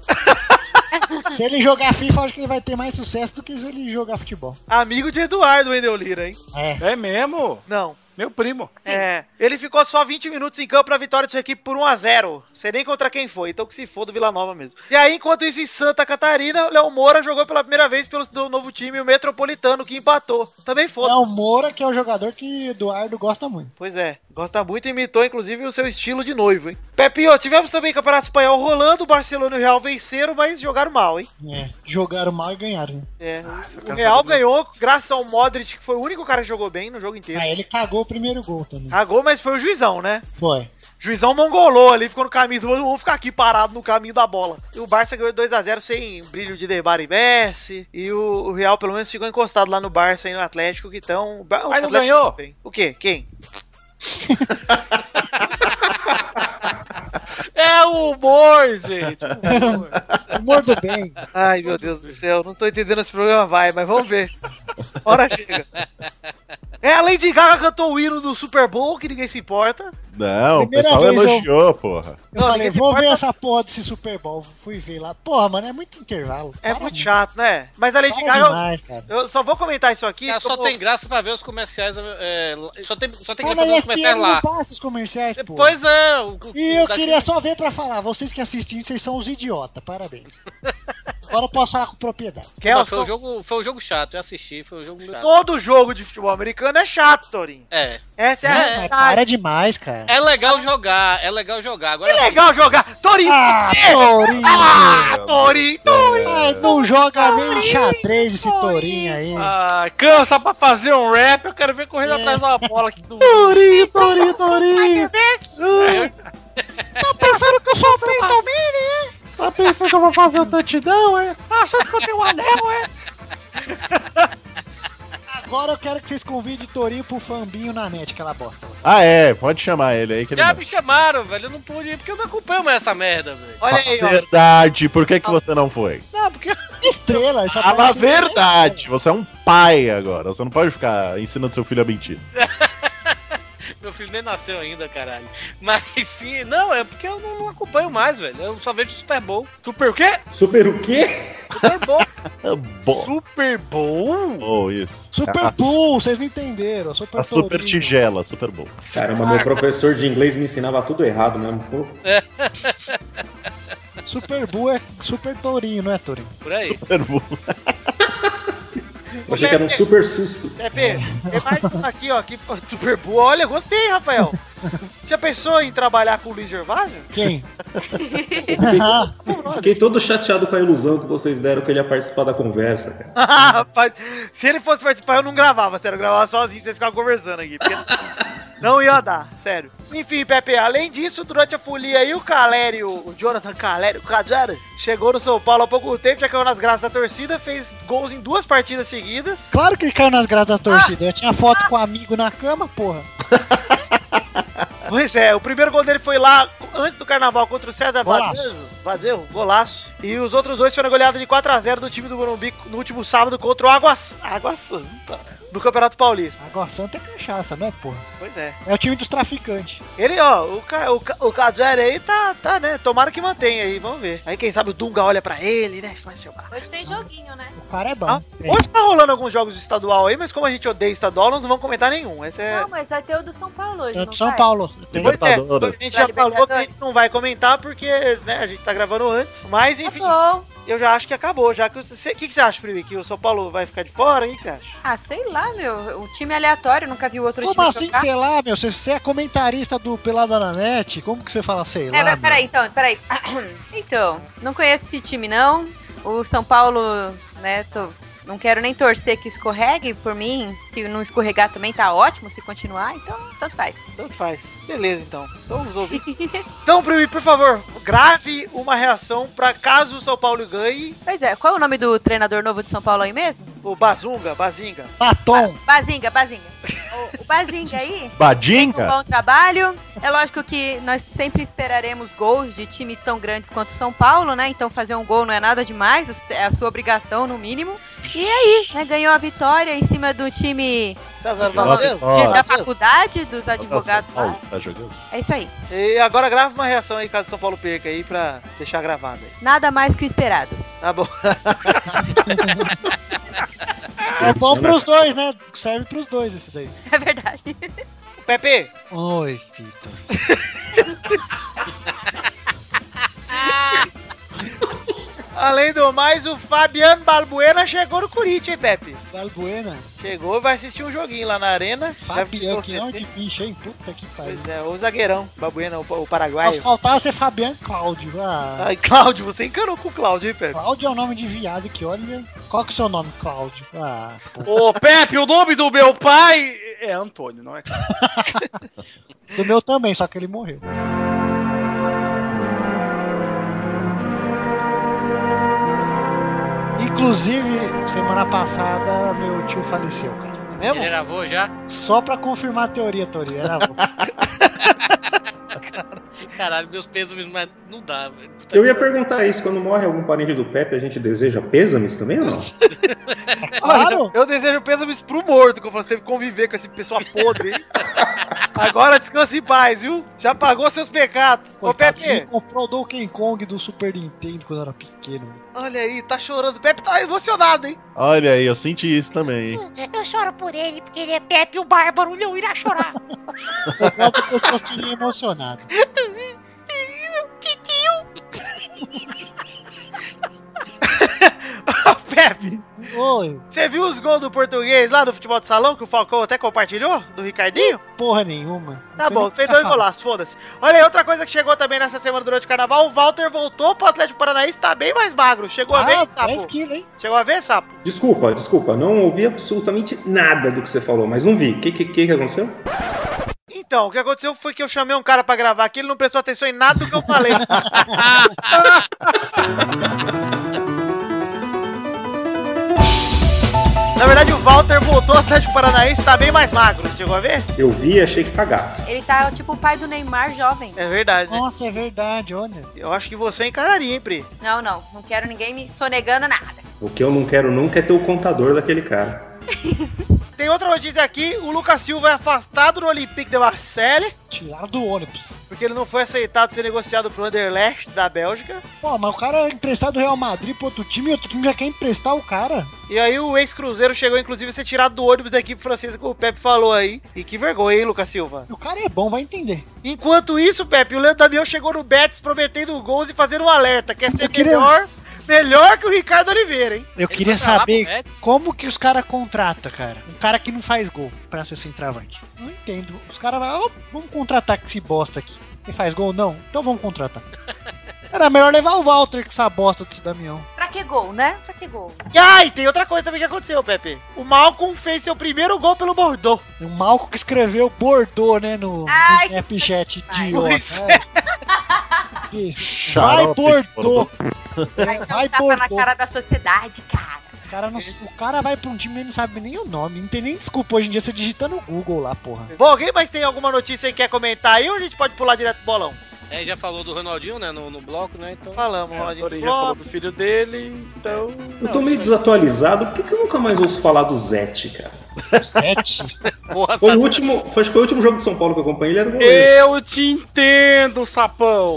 C: se ele jogar FIFA, eu acho que ele vai ter mais sucesso do que se ele jogar futebol.
I: Amigo de Eduardo Wendel Lira, hein?
C: É.
H: É mesmo?
I: Não.
H: Meu primo.
D: Sim.
I: É. Ele ficou só 20 minutos em campo na vitória de sua equipe por 1x0. Sei nem contra quem foi, então que se foda o Vila Nova mesmo. E aí, enquanto isso, em Santa Catarina, o Léo Moura jogou pela primeira vez pelo seu novo time, o Metropolitano, que empatou. Também foda.
C: É o Moura, que é o jogador que Eduardo gosta muito.
I: Pois é, gosta muito e imitou inclusive o seu estilo de noivo, hein? Pepinho, tivemos também Campeonato Espanhol rolando, o Barcelona e o Real venceram, mas jogaram mal, hein?
C: É. Jogaram mal e ganharam, né?
I: É. o
H: quero
I: Real
H: saber
I: ganhou graças ao Modric, que foi o único cara que jogou bem no jogo inteiro.
C: Aí ele cagou o primeiro gol também.
I: Cagou, mas foi o juizão, né?
C: Foi.
I: Juizão mongolou ali, ficou no caminho do vou ficar aqui parado no caminho da bola. E o Barça ganhou 2x0 sem brilho de Neymar e Messi. E o, o Real, pelo menos, ficou encostado lá no Barça e no Atlético, que estão. Mas
H: não ganhou.
I: O quê? Quem?
H: É o humor, gente.
C: Humor do bem.
I: Ai, meu Deus do céu, não tô entendendo esse programa, vai, mas vamos ver. Hora chega. É, a Lady Gaga cantou o hino do Super Bowl, que ninguém se importa.
E: Não, o
C: Primeira
E: pessoal
C: vez eu-
E: elogiou, porra.
C: Eu
I: Não,
C: falei,
I: ninguém se
C: vou ver
I: importa.
C: essa porra desse Super Bowl. Fui ver lá. Porra, mano, é muito intervalo.
I: É
C: Para,
I: muito chato, né? Mas a Lady
C: para
I: Gaga,
C: demais, cara.
I: eu só vou comentar isso aqui.
F: Cara, só
I: como-
F: tem graça pra ver os comerciais. é, é, só tem, só tem graça
C: Ah, Mas na
F: pra ver os
C: ESPN
F: comerciais
C: não
F: lá.
C: passa os comerciais, pô.
F: Pois é. o- o-
C: E eu
F: daqui-
C: queria só ver pra falar, vocês que assistiram, vocês são os idiota, parabéns. Agora eu posso falar com propriedade.
F: Não,
I: Kelson,
F: foi, um jogo, foi um jogo chato, eu assisti, foi um jogo chato.
I: todo jogo de futebol americano é chato, Torinho.
F: É.
I: Essa é a
C: Nossa, mas
I: realidade.
C: para demais, cara.
F: É legal jogar, é legal jogar. Agora
I: Que legal jogar! Torinho!
C: Ah,
I: Ah,
C: Torinho!
I: Torinho!
E: É.
C: Ai, não joga nem xadrez esse Torinho aí.
H: Ah, cansa pra fazer um rap, eu quero ver correndo atrás da
F: É.
H: bola aqui do.
C: Torinho, Torinho, Torinho!
F: É.
C: Tá pensando que eu sou o Peyton Mini, hein? Tá pensando que eu vou fazer o touchdown, é?
H: Tá
I: Ah,
H: achando que eu tenho um anel, é?
C: Agora eu quero que vocês convidem o Torinho pro Fambinho na net, aquela bosta lá.
E: Ah, é, pode chamar ele aí que ele
F: já
E: vai.
F: me chamaram, velho. Eu não pude ir porque eu não acompanho mais essa merda, velho.
I: Olha aí, ó.
E: Verdade, por que, que você não foi?
F: Não, porque
C: Estrela, essa
E: Fala a
C: parece-
E: verdade, você é um pai agora, você não pode ficar ensinando seu filho a mentir.
F: meu filho nem nasceu ainda, caralho. Mas sim, não, é porque eu não, não acompanho mais, velho. Eu só vejo o Super Bowl.
H: Super o quê?
J: Super o quê?
F: Super Bowl.
E: É bom.
H: Super bom?
E: Oh, isso.
C: Super
E: a,
C: Bull, vocês não entenderam. Super
E: a Tá super
C: Torinho.
E: tigela, super bom.
J: Caramba, meu professor de inglês me ensinava tudo errado mesmo. Pô,
C: Super Bull é Super Tourinho, não é Tourinho?
F: por aí.
E: Super bom.
J: eu achei que era um super susto.
I: Pepe, tem mais um aqui, ó, aqui, Super Bowl. Olha, gostei, Rafael. Já pensou em trabalhar com o Luiz Gervásio?
C: Quem?
J: Fiquei todo chateado com a ilusão que vocês deram que ele ia participar da conversa, cara.
I: Ah, Rapaz, se ele fosse participar, eu não gravava, sério. Eu gravava sozinho, vocês ficavam conversando aqui. porque não ia dar, sério. Enfim, Pepe, além disso, durante a folia aí, o Caleri, o Jonathan Caleri, o Cajara, chegou no São Paulo há pouco tempo, já caiu nas graças da torcida, fez gols em duas partidas seguidas.
C: Claro que ele caiu nas gradas
D: Ah.
C: da torcida. Eu tinha foto com um amigo na cama, porra.
I: Pois é, o primeiro gol dele foi lá antes do carnaval contra o César
C: Golaço.
I: Vadeiro. Vadeiro, golaço. E os outros dois foram goleados de 4x0 do time do Morumbi no último sábado contra o Água, Água Santa do Campeonato Paulista.
C: Água Santa é cachaça, não é, porra?
I: Pois é.
C: É o time dos traficantes.
I: Ele, ó, o, Ca- o, Ca- o Cajari aí tá, tá, né? Tomara que mantenha aí, vamos ver. Aí quem sabe o Dunga olha pra ele, né? Começa a jogar.
D: Hoje tem joguinho, né?
C: O cara é bom.
I: Ah,
C: Tem.
I: hoje tá rolando alguns jogos de estadual aí, mas como a gente odeia estadual, nós não vamos comentar nenhum. Esse é.
D: Não, mas vai ter o do São Paulo hoje,
C: Tanto
D: não
C: É São
D: vai?
C: Paulo. Tem.
I: Pois é, a
E: Libertadores.
I: gente já falou que a gente não vai comentar porque né, a gente tá gravando antes. Mas
D: Tá
I: enfim,
D: bom.
I: eu já acho que acabou. Já que o Cê- que, que você acha, Primi? Que o São Paulo vai ficar de fora? O que que você acha?
D: Ah, sei lá, meu. Um time aleatório, nunca vi outro
C: Como
D: time
C: assim,
D: jogar.
C: sei lá, meu? Você, você é comentarista do Pelada na Net? Como que você fala, sei
D: É,
C: lá?
D: mas
C: meu?
D: peraí, então, peraí. Então, não conheço esse time, não. O São Paulo, né, tô- não quero nem torcer que escorregue por mim. Se não escorregar também tá ótimo, se continuar, então tanto faz.
I: Tanto faz. Beleza, então. Vamos ouvir. Então, Primi, por favor, grave uma reação pra caso o São Paulo ganhe.
D: Pois é, qual é o nome do treinador novo de São Paulo aí mesmo?
I: O Bazunga, Bazinga.
C: Batom.
D: Bazinga, Bazinga. O, o Bazinga aí fez um
E: Badinga?
D: bom trabalho. É lógico que nós sempre esperaremos gols de times tão grandes quanto o São Paulo, né? Então fazer um gol não é nada demais, é a sua obrigação no mínimo. E aí, né, ganhou a vitória em cima do time
I: Tá vendo,
E: Ó,
I: valeu?
E: ó,
D: da faculdade, dos advogados
E: Paulo
D: lá.
E: tá jogando?
D: É isso aí.
I: E agora grava uma reação aí caso o São Paulo perca aí pra deixar gravado aí.
D: Nada mais que o esperado.
I: Tá bom.
D: Tá.
C: É bom pros dois, né? Serve pros dois esse daí.
D: É verdade.
I: Pepe,
C: Oi, Vitor.
I: além do mais, o Fabiano Balbuena chegou no Corinthians, hein, Pepe?
C: Balbuena.
I: Chegou, vai assistir um joguinho lá na arena.
C: Fabiano,
I: Vai-
C: que é nome de bicho, hein? Puta que pariu.
I: Pois é, o zagueirão, Balbuena, o, o
C: Só
I: paraguaio.
C: faltava ser Fabiano Cláudio. Ah,
I: Ai, Cláudio, você encanou com o Cláudio, hein, Pepe?
C: Cláudio é o nome de viado que olha. Qual que é o seu nome, Cláudio? Ah, pô.
H: Ô, Pepe, o nome do meu pai é Antônio, não é?
C: Do meu também, só que ele morreu. Inclusive, semana passada, meu tio faleceu, cara.
I: É mesmo?
F: Ele era avô já?
C: Só pra confirmar a teoria, Tori. Era avô.
F: Caralho, meus pêsames, mas não dá. velho. Puta
J: Eu ia
F: que pariu.
J: perguntar isso, quando morre algum parente do Pepe, a gente deseja pêsames também ou não?
C: Claro!
I: Eu desejo pêsames pro morto, que eu falei, você teve que conviver com esse pessoal podre, hein? Agora descanse em paz, viu? Já pagou seus pecados. Ô,
C: Coitado, ele
I: Pepe,
C: comprou o Donkey Kong do Super Nintendo quando eu era pequeno.
I: olha aí, tá chorando. O Pepe tá emocionado, hein?
E: Olha aí, eu senti isso também, hein?
K: Eu choro por ele, porque ele é Pepe o Bárbaro, não irá chorar.
C: Legal que as pessoas ficam emocionadas.
I: Ô, Pepe,
C: Oi,
I: você viu os gols do português lá do futebol de salão, que o Falcão até compartilhou, do Ricardinho?
C: porra nenhuma. Não
I: Tá
C: sei nem
I: bom,
C: o que
I: fez
C: tá
I: dois
C: falando.
I: golaços, foda-se. Olha aí, outra coisa que chegou também nessa semana durante o carnaval, o Walter voltou pro Atlético Paranaense, tá bem mais magro. Chegou a
C: Ah,
I: ver, sapo?
C: 10 quilos, hein?
I: Chegou a ver, sapo?
J: Desculpa, desculpa, não ouvi absolutamente nada do que você falou, mas não vi. O que, que, que que aconteceu?
I: Então, o que aconteceu foi que eu chamei um cara pra gravar aqui, ele não prestou atenção em nada do que eu falei. Na verdade, o Walter voltou ao Atlético Paranaense, tá bem mais magro, você chegou a ver?
J: Eu vi e achei que tá gato.
D: Ele tá tipo o pai do Neymar jovem.
I: É verdade. né?
C: Nossa, é verdade, olha.
I: Eu acho que você encararia, hein, Pri?
D: Não, não, não quero ninguém me sonegando nada.
J: O que eu não quero nunca é ter o contador daquele cara.
I: Tem outra notícia aqui, o Lucas Silva é afastado do Olympique de Marseille,
C: Tiraram do ônibus.
I: porque ele não foi aceitado ser negociado pro Anderlecht da Bélgica.
C: Pô, mas o cara é emprestado do Real Madrid pro outro time e outro time já quer emprestar o cara.
I: E aí o ex-cruzeiro chegou, inclusive, a ser tirado do ônibus da equipe francesa, como o Pepe falou aí. E que vergonha, hein, Lucas Silva?
C: E o cara é bom, vai entender.
I: Enquanto isso, Pepe, o Leandro Damião chegou no Betis prometendo gols e fazendo um alerta. Quer ser
C: Eu queria,
I: melhor, melhor que o Ricardo Oliveira, hein?
F: Ele
C: eu queria
F: foi pra lá
C: saber
I: né?
F: pro Betis?
C: como que os caras contratam, cara. Um cara que não faz gol pra ser centroavante. Não entendo. Os caras vão, "Ó, vamos contratar esse bosta aqui. Ele faz gol? Não. Então vamos contratar. Era melhor levar o Walter que essa bosta desse Damião.
D: Pra que gol, né? Pra que gol?
I: E ai, tem outra coisa também que aconteceu, Pepe. O Malcolm fez seu primeiro gol pelo Bordeaux.
C: E O Malco que escreveu Bordeaux, né, no, no
D: Ai,
C: Snapchat
D: que-
C: de Vai,
E: Xarope de
C: Bordeaux!
E: Bordeaux.
C: Vai,
D: tapa na
C: Bordeaux!
D: cara da sociedade, cara.
C: O cara, não- o cara vai pra um time e não sabe nem o nome. Não tem nem desculpa hoje em dia você digita no Google lá, porra.
I: Bom, alguém mais tem alguma notícia aí que quer comentar aí ou a gente pode pular direto pro bolão?
F: É, já falou do Ronaldinho, né? No, no bloco, né? Então.
I: Falamos,
H: É, o
I: Ronaldinho.
H: Torinho já falou
I: Bloco.
H: do filho dele, então.
J: Eu tô meio desatualizado, por que, que eu nunca mais ouço falar do Zete, cara?
C: Sete.
F: Porra,
J: Foi
F: tá-
J: o último, acho que foi o último jogo de São Paulo que eu acompanhei, ele era o goleiro.
H: Eu te entendo, sapão!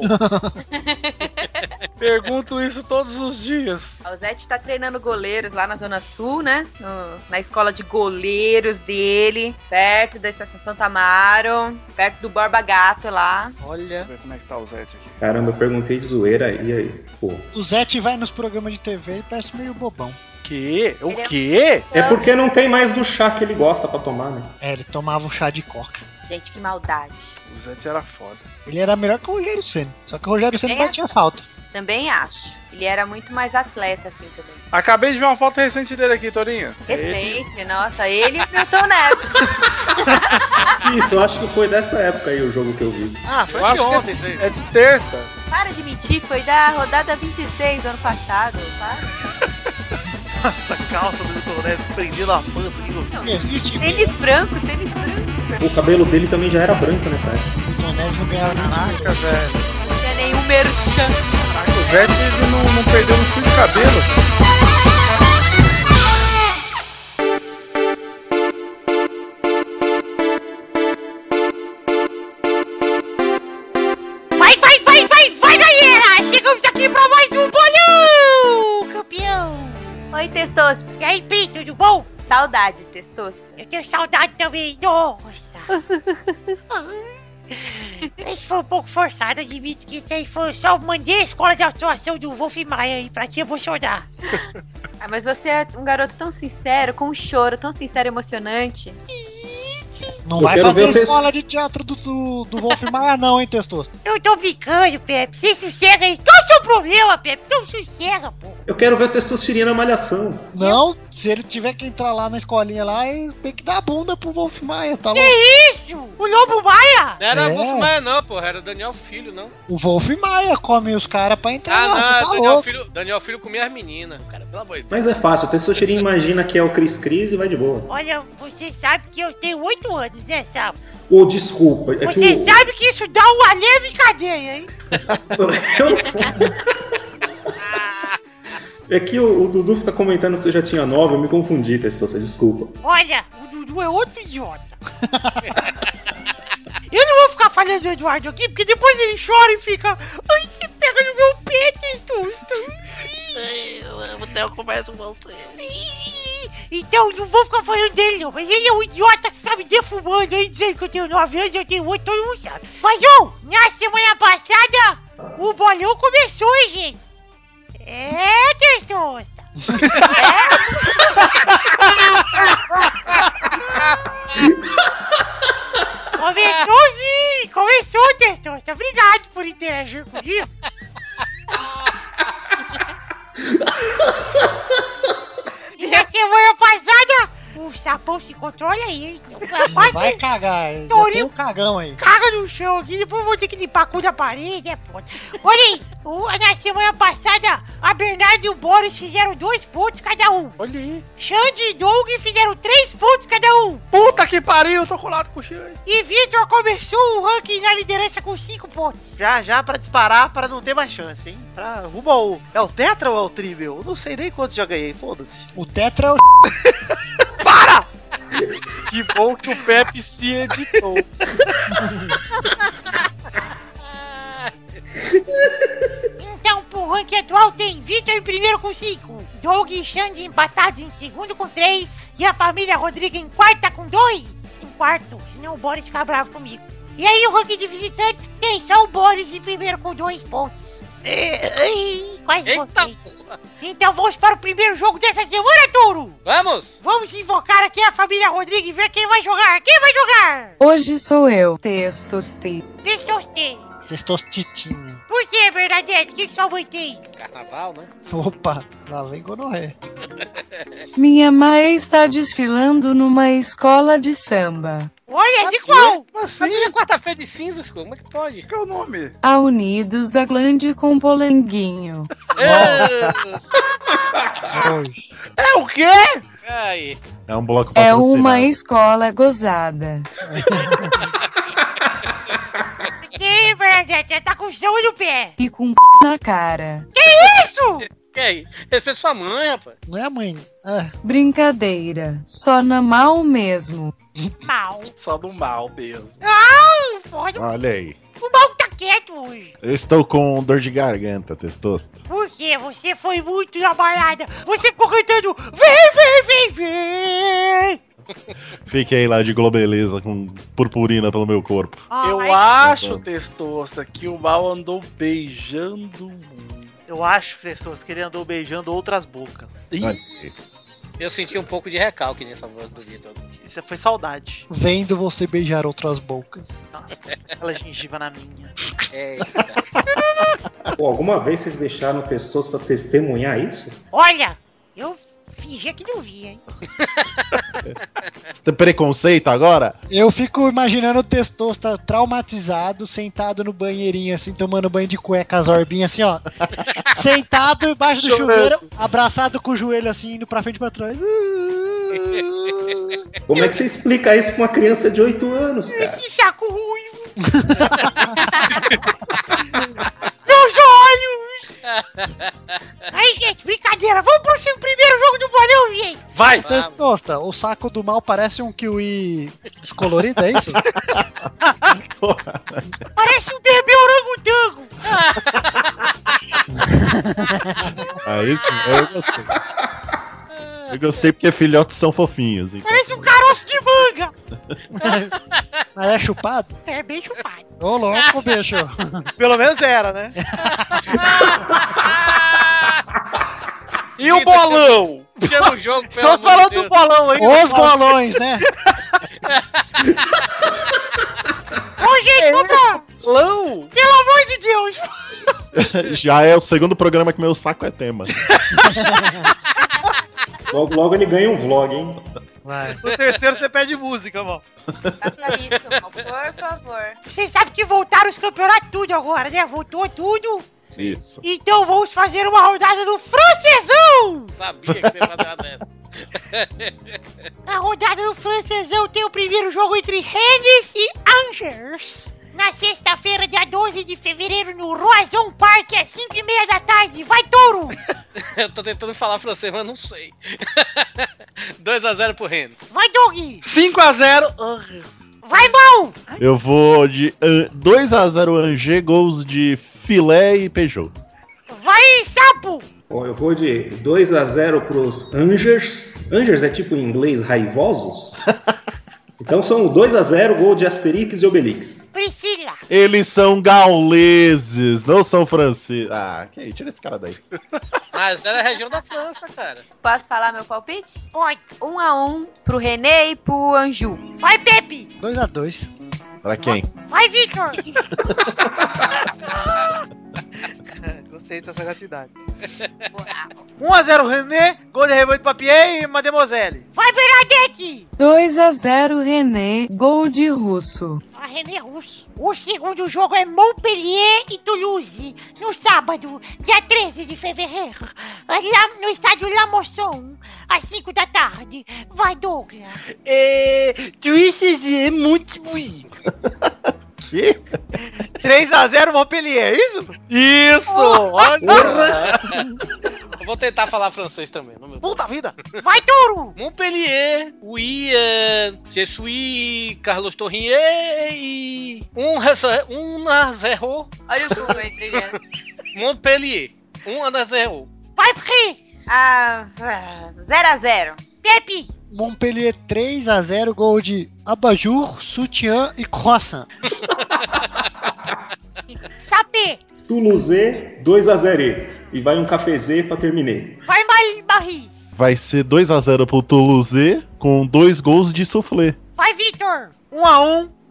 H: Pergunto isso todos os dias.
D: A Zete tá treinando goleiros lá na Zona Sul, né? No- na escola de goleiros dele, perto da Estação Santa Amaro, perto do Borba Gato lá.
I: Olha.
H: Vamos ver como é que tá o Zete aqui.
J: Caramba, eu perguntei de zoeira e aí, pô.
C: O Zete vai nos programas de TV e parece meio bobão.
H: Que?
D: Ele é-
H: O quê?
J: É porque não tem mais do chá que ele gosta pra tomar, né?
C: É, ele tomava um chá de coca.
L: Gente, que maldade.
H: O Zete era foda.
C: Ele era melhor que o Rogério Senna. Só que o Rogério Senna
L: É?
C: batia falta.
L: Também acho. Ele era muito mais atleta, assim, também.
H: Acabei de ver uma foto recente dele aqui, Torinho.
L: Recente, nossa, ele e Milton Neves.
J: Isso, eu acho que foi dessa época aí o jogo que eu vi.
L: Ah,
H: Eu acho que é de- é, de terça.
L: Para de mentir, foi da rodada 26 do ano passado, tá? para.
I: Essa calça do Milton Neves prendendo a pança que gostoso.
C: Existe. né?
L: Tênis branco, tênis branco.
J: O cabelo dele também já era branco nessa época.
C: Então Neves não ganhava Caraca,
H: velho.
L: Não tinha nenhum merchan.
H: O Zete ele não, não perdeu um fio de cabelo.
K: Vai, vai, vai, vai, vai, galera! Chegamos aqui pra mais um bolão! Campeão!
L: Oi, Testoso.
K: E aí, Pi, tudo bom?
L: Saudade, Testoso.
K: Eu tenho saudade também, nossa! Esse foi um pouco forçado, admito que isso aí foi só mandei a escola de atuação do Wolf Maia aí pra te emocionar.
L: Ah, mas você é um garoto tão sincero, com um choro tão sincero e emocionante.
C: Não
J: Eu
C: vai
J: quero
C: fazer
J: ver o texto.
C: escola de teatro do, do, do Wolf Maia, não, hein, Testoso?
K: Eu tô brincando, Pepe, se sossega aí. Qual é o seu problema, Pepe? Não sossega, pô!
J: Eu quero ver o Testosterinha na Malhação.
C: Não, se ele tiver que entrar lá na escolinha lá, ele tem que dar a bunda pro Wolf Maia, tá
K: Que
C: louco?
K: isso? O Lobo Maia?
F: Não era
C: É.
F: Wolf Maia, não, porra. Era Daniel Filho, não.
C: O Wolf Maia come os caras pra entrar
F: Ah,
C: lá,
F: não.
C: você
F: é
C: tá
F: Daniel
C: louco.
F: Filho, Daniel Filho comia as meninas. Cara, pelo amor de Deus.
J: Mas é fácil, o Testosterinha imagina que é o Cris Cris e vai de boa.
K: Olha, você sabe que eu tenho oito anos, né, Sal?
J: Ou desculpa, é que
K: Você
J: o...
K: sabe que isso dá um alheio em cadeia, hein?
J: É que o, o Dudu fica comentando que você já tinha nove, eu me confundi, Testosta, desculpa.
K: Olha, o Dudu é outro idiota. Eu não vou ficar falando do Eduardo aqui, porque depois ele chora e fica. Ai, você pega no meu pé, Testosta.
M: Até eu converso com você.
K: Então, não vou ficar falando dele, não. Mas ele é um idiota que fica me defumando aí, dizendo que eu tenho 9 anos, eu tenho 8, todo mundo sabe. Mas, ô, na semana passada, o bolão começou, hein, gente. É, testosta. começou sim, começou, testosta. Obrigado por interagir comigo. E na semana passada, o sapão se controla aí, hein? Então,
C: Ele vai cagar, ele já tem um cagão aí.
K: Caga no chão aqui, depois eu vou ter que limpar a cu da parede, é foda. Olha aí, o- na semana passada, a Bernardo e o Boris fizeram dois pontos cada um.
H: Olha aí.
K: Xande e Doug fizeram três pontos cada um.
H: Puta que pariu, eu tô colado com o Xande.
K: E Vitor começou o ranking na liderança com cinco pontos.
I: Já, já, pra disparar, pra não ter mais chance, hein? Pra rumo ao... É o Tetra ou é o Tribble? Eu não sei nem quantos já ganhei, foda-se.
C: O Tetra é o...
H: Que bom que o Pepe se editou.
F: Ah,
K: Então, pro ranking atual tem Vitor em primeiro com 5, Doug e Xande empatados em segundo com 3, e a família Rodrigo em quarta com 2, em quarto, senão o Boris fica bravo comigo. E aí o ranking de visitantes tem só o Boris em primeiro com 2 pontos. Ei, quase botei. Então vamos para o primeiro jogo dessa semana, Touro!
F: Vamos!
K: Vamos invocar aqui a família Rodrigo e ver quem vai jogar! Quem vai jogar?
N: Hoje sou eu, Testostei.
K: Testostei.
C: Testostitinha.
K: Por que, Bernadette? O que, que sua mãe tem?
F: Carnaval, né?
C: Opa, lá vem gonorré.
N: Minha mãe está desfilando numa escola de samba.
I: É
K: Olha, de
F: qual? Mas é quarta-feira de cinzas, como é que pode?
H: Qual é o nome?
N: A Unidos da Glande com Polanguinho.
H: Tá É o quê?
F: Aí.
E: É um bloco
N: É
E: patrocinado.
N: uma escola gozada.
K: Sim, Bernadette, já tá com chão no pé.
N: E com na cara.
K: Que isso?
F: Que aí? Respeita sua mãe, rapaz.
C: Não é a mãe?
N: Brincadeira. Só na mal mesmo.
K: Mal.
H: Só do mal mesmo.
K: Não, pode.
E: Olha aí.
K: O mal tá quieto hoje.
E: Eu estou com dor de garganta, Testosta.
K: Porque você foi muito na balada. Você ficou cantando Vem, vem, vem, vem.
E: Fiquei lá de globeleza com purpurina pelo meu corpo.
H: eu acho, Testosta, que o mal andou beijando muito.
I: Eu acho, pessoas, que ele andou beijando outras bocas.
F: Eu senti um pouco de recalque nessa voz do Vitor.
I: Isso foi saudade.
C: Vendo você beijar outras bocas.
I: Nossa, aquela gengiva na minha.
F: É.
J: Pô, alguma vez vocês deixaram pessoas pra testemunhar isso?
K: Olha, eu fingia que não via, hein?
E: Você tem preconceito agora?
C: Eu fico imaginando o Testosta traumatizado, sentado no banheirinho, assim, tomando banho de cueca, as orbinhas, assim, ó. sentado embaixo do chuveiro, abraçado com o joelho, assim, indo pra frente e pra trás.
J: Como é que você explica isso pra uma criança de 8 anos,
H: É.
J: cara?
K: Esse saco ruivo. Meus olhos! Aí, gente, brincadeira. Vamos pro seu primeiro jogo do bolão, gente.
C: Vai! Testosta, o saco do mal parece um kiwi descolorido, é isso?
K: Parece um bebê orangotango.
E: Aí sim, eu gostei. Eu gostei porque filhotes são fofinhos. então.
K: Parece um caroço de manga.
C: Mas é chupado?
K: É bem chupado.
C: Ô, louco, bicho.
I: Pelo menos era, né? E o bolão?
F: Chama o jogo, pelo
I: Estamos
F: amor de
I: falando
F: Deus.
I: do bolão aí.
C: Os bolões, né?
K: Ô,
H: É.
K: gente, vamos lá.
I: Bolão?
K: Pelo amor de Deus.
E: Já é o segundo programa que meu saco é tema.
J: Logo, logo ele ganha um vlog, hein?
C: Vai.
I: No terceiro você pede música, mano.
L: Por favor.
K: Vocês sabem que voltaram os campeonatos tudo agora, né? Voltou tudo.
E: Isso.
K: Então vamos fazer uma rodada do francesão.
F: Sabia que você ia fazer uma dessa.
K: A rodada do francesão tem o primeiro jogo entre Rennes e Angers. Na sexta-feira, dia 12 de fevereiro, no Roison Park, às 5 e meia da tarde. Vai, touro!
F: Eu tô tentando falar francês, mas não sei. 2x0 pro Rennes.
K: Vai, dog!
I: 5x0.
K: Vai, mal!
E: Eu vou de 2x0 Angé, gols de filé e Peugeot.
K: Vai, sapo!
J: Bom, eu vou de 2 a 0 pros Angers. Angers é tipo em inglês raivosos? Então são 2 a 0 gol de Asterix e Obelix.
K: Priscila!
E: Eles são gauleses, não são franceses. Ah, que aí, tira esse cara daí.
F: Mas ela é região da França, cara.
L: Posso falar meu palpite?
K: Pode.
L: Um a um pro René e pro Anju.
K: Vai, Pepe!
C: 2x2.
E: Pra quem?
K: Vai, Victor!
I: É, Gostei dessa sagacidade. 1x0 René, gol de Reboito Papier e Mademoiselle.
K: Vai, Bernadette!
N: 2 a 0 René, gol de russo.
K: A Ah, René Russo. O segundo jogo é Montpellier e Toulouse, no sábado, dia 13 de fevereiro, lá no estádio La Mosson, às 5 da tarde. Vai, Douglas.
I: É. é muito ruim.
E: Que?
I: 3x0 Montpellier, é isso? Isso!
F: Eu vou tentar falar francês também. Não meu...
I: Puta vida!
K: Vai, Touro.
F: Montpellier, oui, eh, je suis Carlos Torrier e um, reza- um a zero
L: Olha o Google aí brilhando.
F: Montpellier. Um a zero.
K: Vai, Pri.
L: Ah, 0x0.
K: Pepe.
C: Montpellier 3x0, gol de Abajur, Sutiã e Croissant.
K: Sapê.
J: Toulouse, 2 a 0 E vai um cafezê pra terminar.
K: Vai, Mar- Marie.
E: Vai ser 2x0 pro Toulouse com dois gols de soufflé.
K: Vai, Victor.
I: 1x1,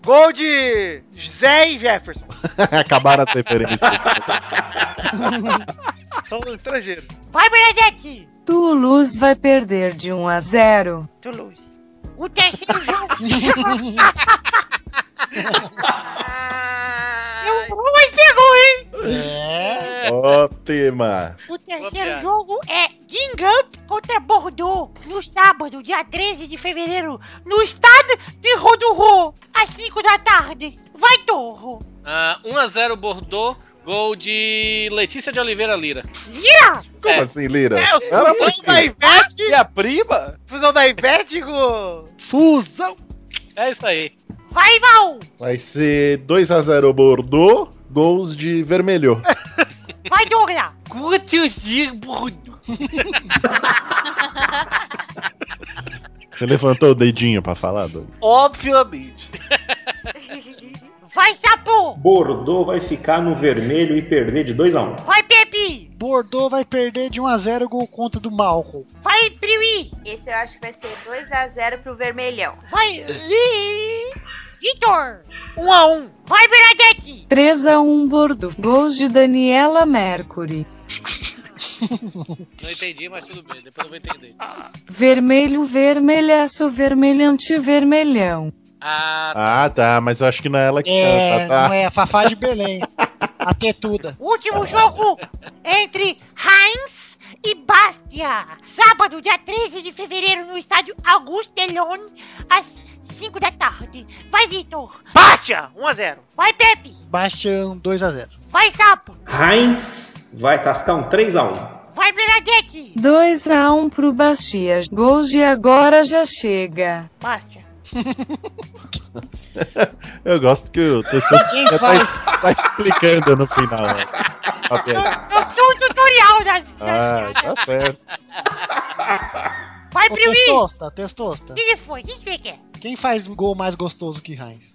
I: gol de Zé e Jefferson.
E: Acabaram as referências.
I: São estrangeiros.
K: Vai, Bernadette.
N: Toulouse vai perder de 1 a 0.
K: Toulouse. O terceiro jogo. Eu vou, mas pegou, hein?
C: É.
E: Ótima.
K: O terceiro
F: piada.
K: jogo é Guingamp contra Bordeaux, no sábado, dia 13 de fevereiro, no estado de Rodorô, às 5 da tarde. Vai, Torro!
F: Ah, 1 a 0 Bordeaux. Gol de Letícia de Oliveira Lira.
K: Vira!
E: Como
F: É.
E: assim, Lira?
I: É,
E: Era
I: o fusão da
E: muito.
I: Ivete!
H: a prima?
I: Fusão da Ivete com...
C: Fusão!
F: É isso aí.
K: Vai, Mal!
E: Vai ser 2x0 Bordeaux, gols de vermelho.
K: Vai, Douglas!
E: Você levantou o dedinho pra falar, Doug?
I: Obviamente.
K: Vai, Sapo!
J: Bordeaux vai ficar no vermelho e perder de 2 a 1
K: Vai, Pepe!
C: Bordeaux vai perder de 1 a 0 gol contra do Malcolm.
K: Vai, Priui!
L: Esse eu acho que vai ser 2x0 pro vermelhão.
K: Vai, Ih, Vitor! 1 a 1 Vai, Bernadette!
N: 3 a 1 Bordo. Gols de Daniela Mercury.
F: Não entendi, mas tudo bem, depois eu vou entender.
N: Vermelho, vermelhaço, vermelhante, vermelhão.
E: Ah, tá, mas eu acho que não é ela que
C: É,
E: canta, tá?
C: não é, Fafá de Belém. A tetuda.
K: Último jogo entre Heinz e Bastia. Sábado, dia 13 de fevereiro, no estádio Augustelon, às 5 da tarde. Vai, Vitor.
I: Bastia, 1x0.
K: Vai, Pepe.
C: Bastian 2 a 0
K: Vai, Sapo.
J: Heinz vai tascar um 3x1.
K: Vai, Bernadette.
N: 2 a 1 pro Bastias. Gols de agora já chega.
K: Bastia.
E: Eu gosto que o textão
K: Quem
E: tá,
K: faz?
E: es- tá explicando no final. né? A piada.
K: Eu sou o tutorial das...
E: Ah, tá certo.
K: Vai,
C: Ô,
K: Priui.
C: testosta, testosta.
K: O que que foi? O que que você quer?
C: Quem faz um gol mais gostoso que Heinz?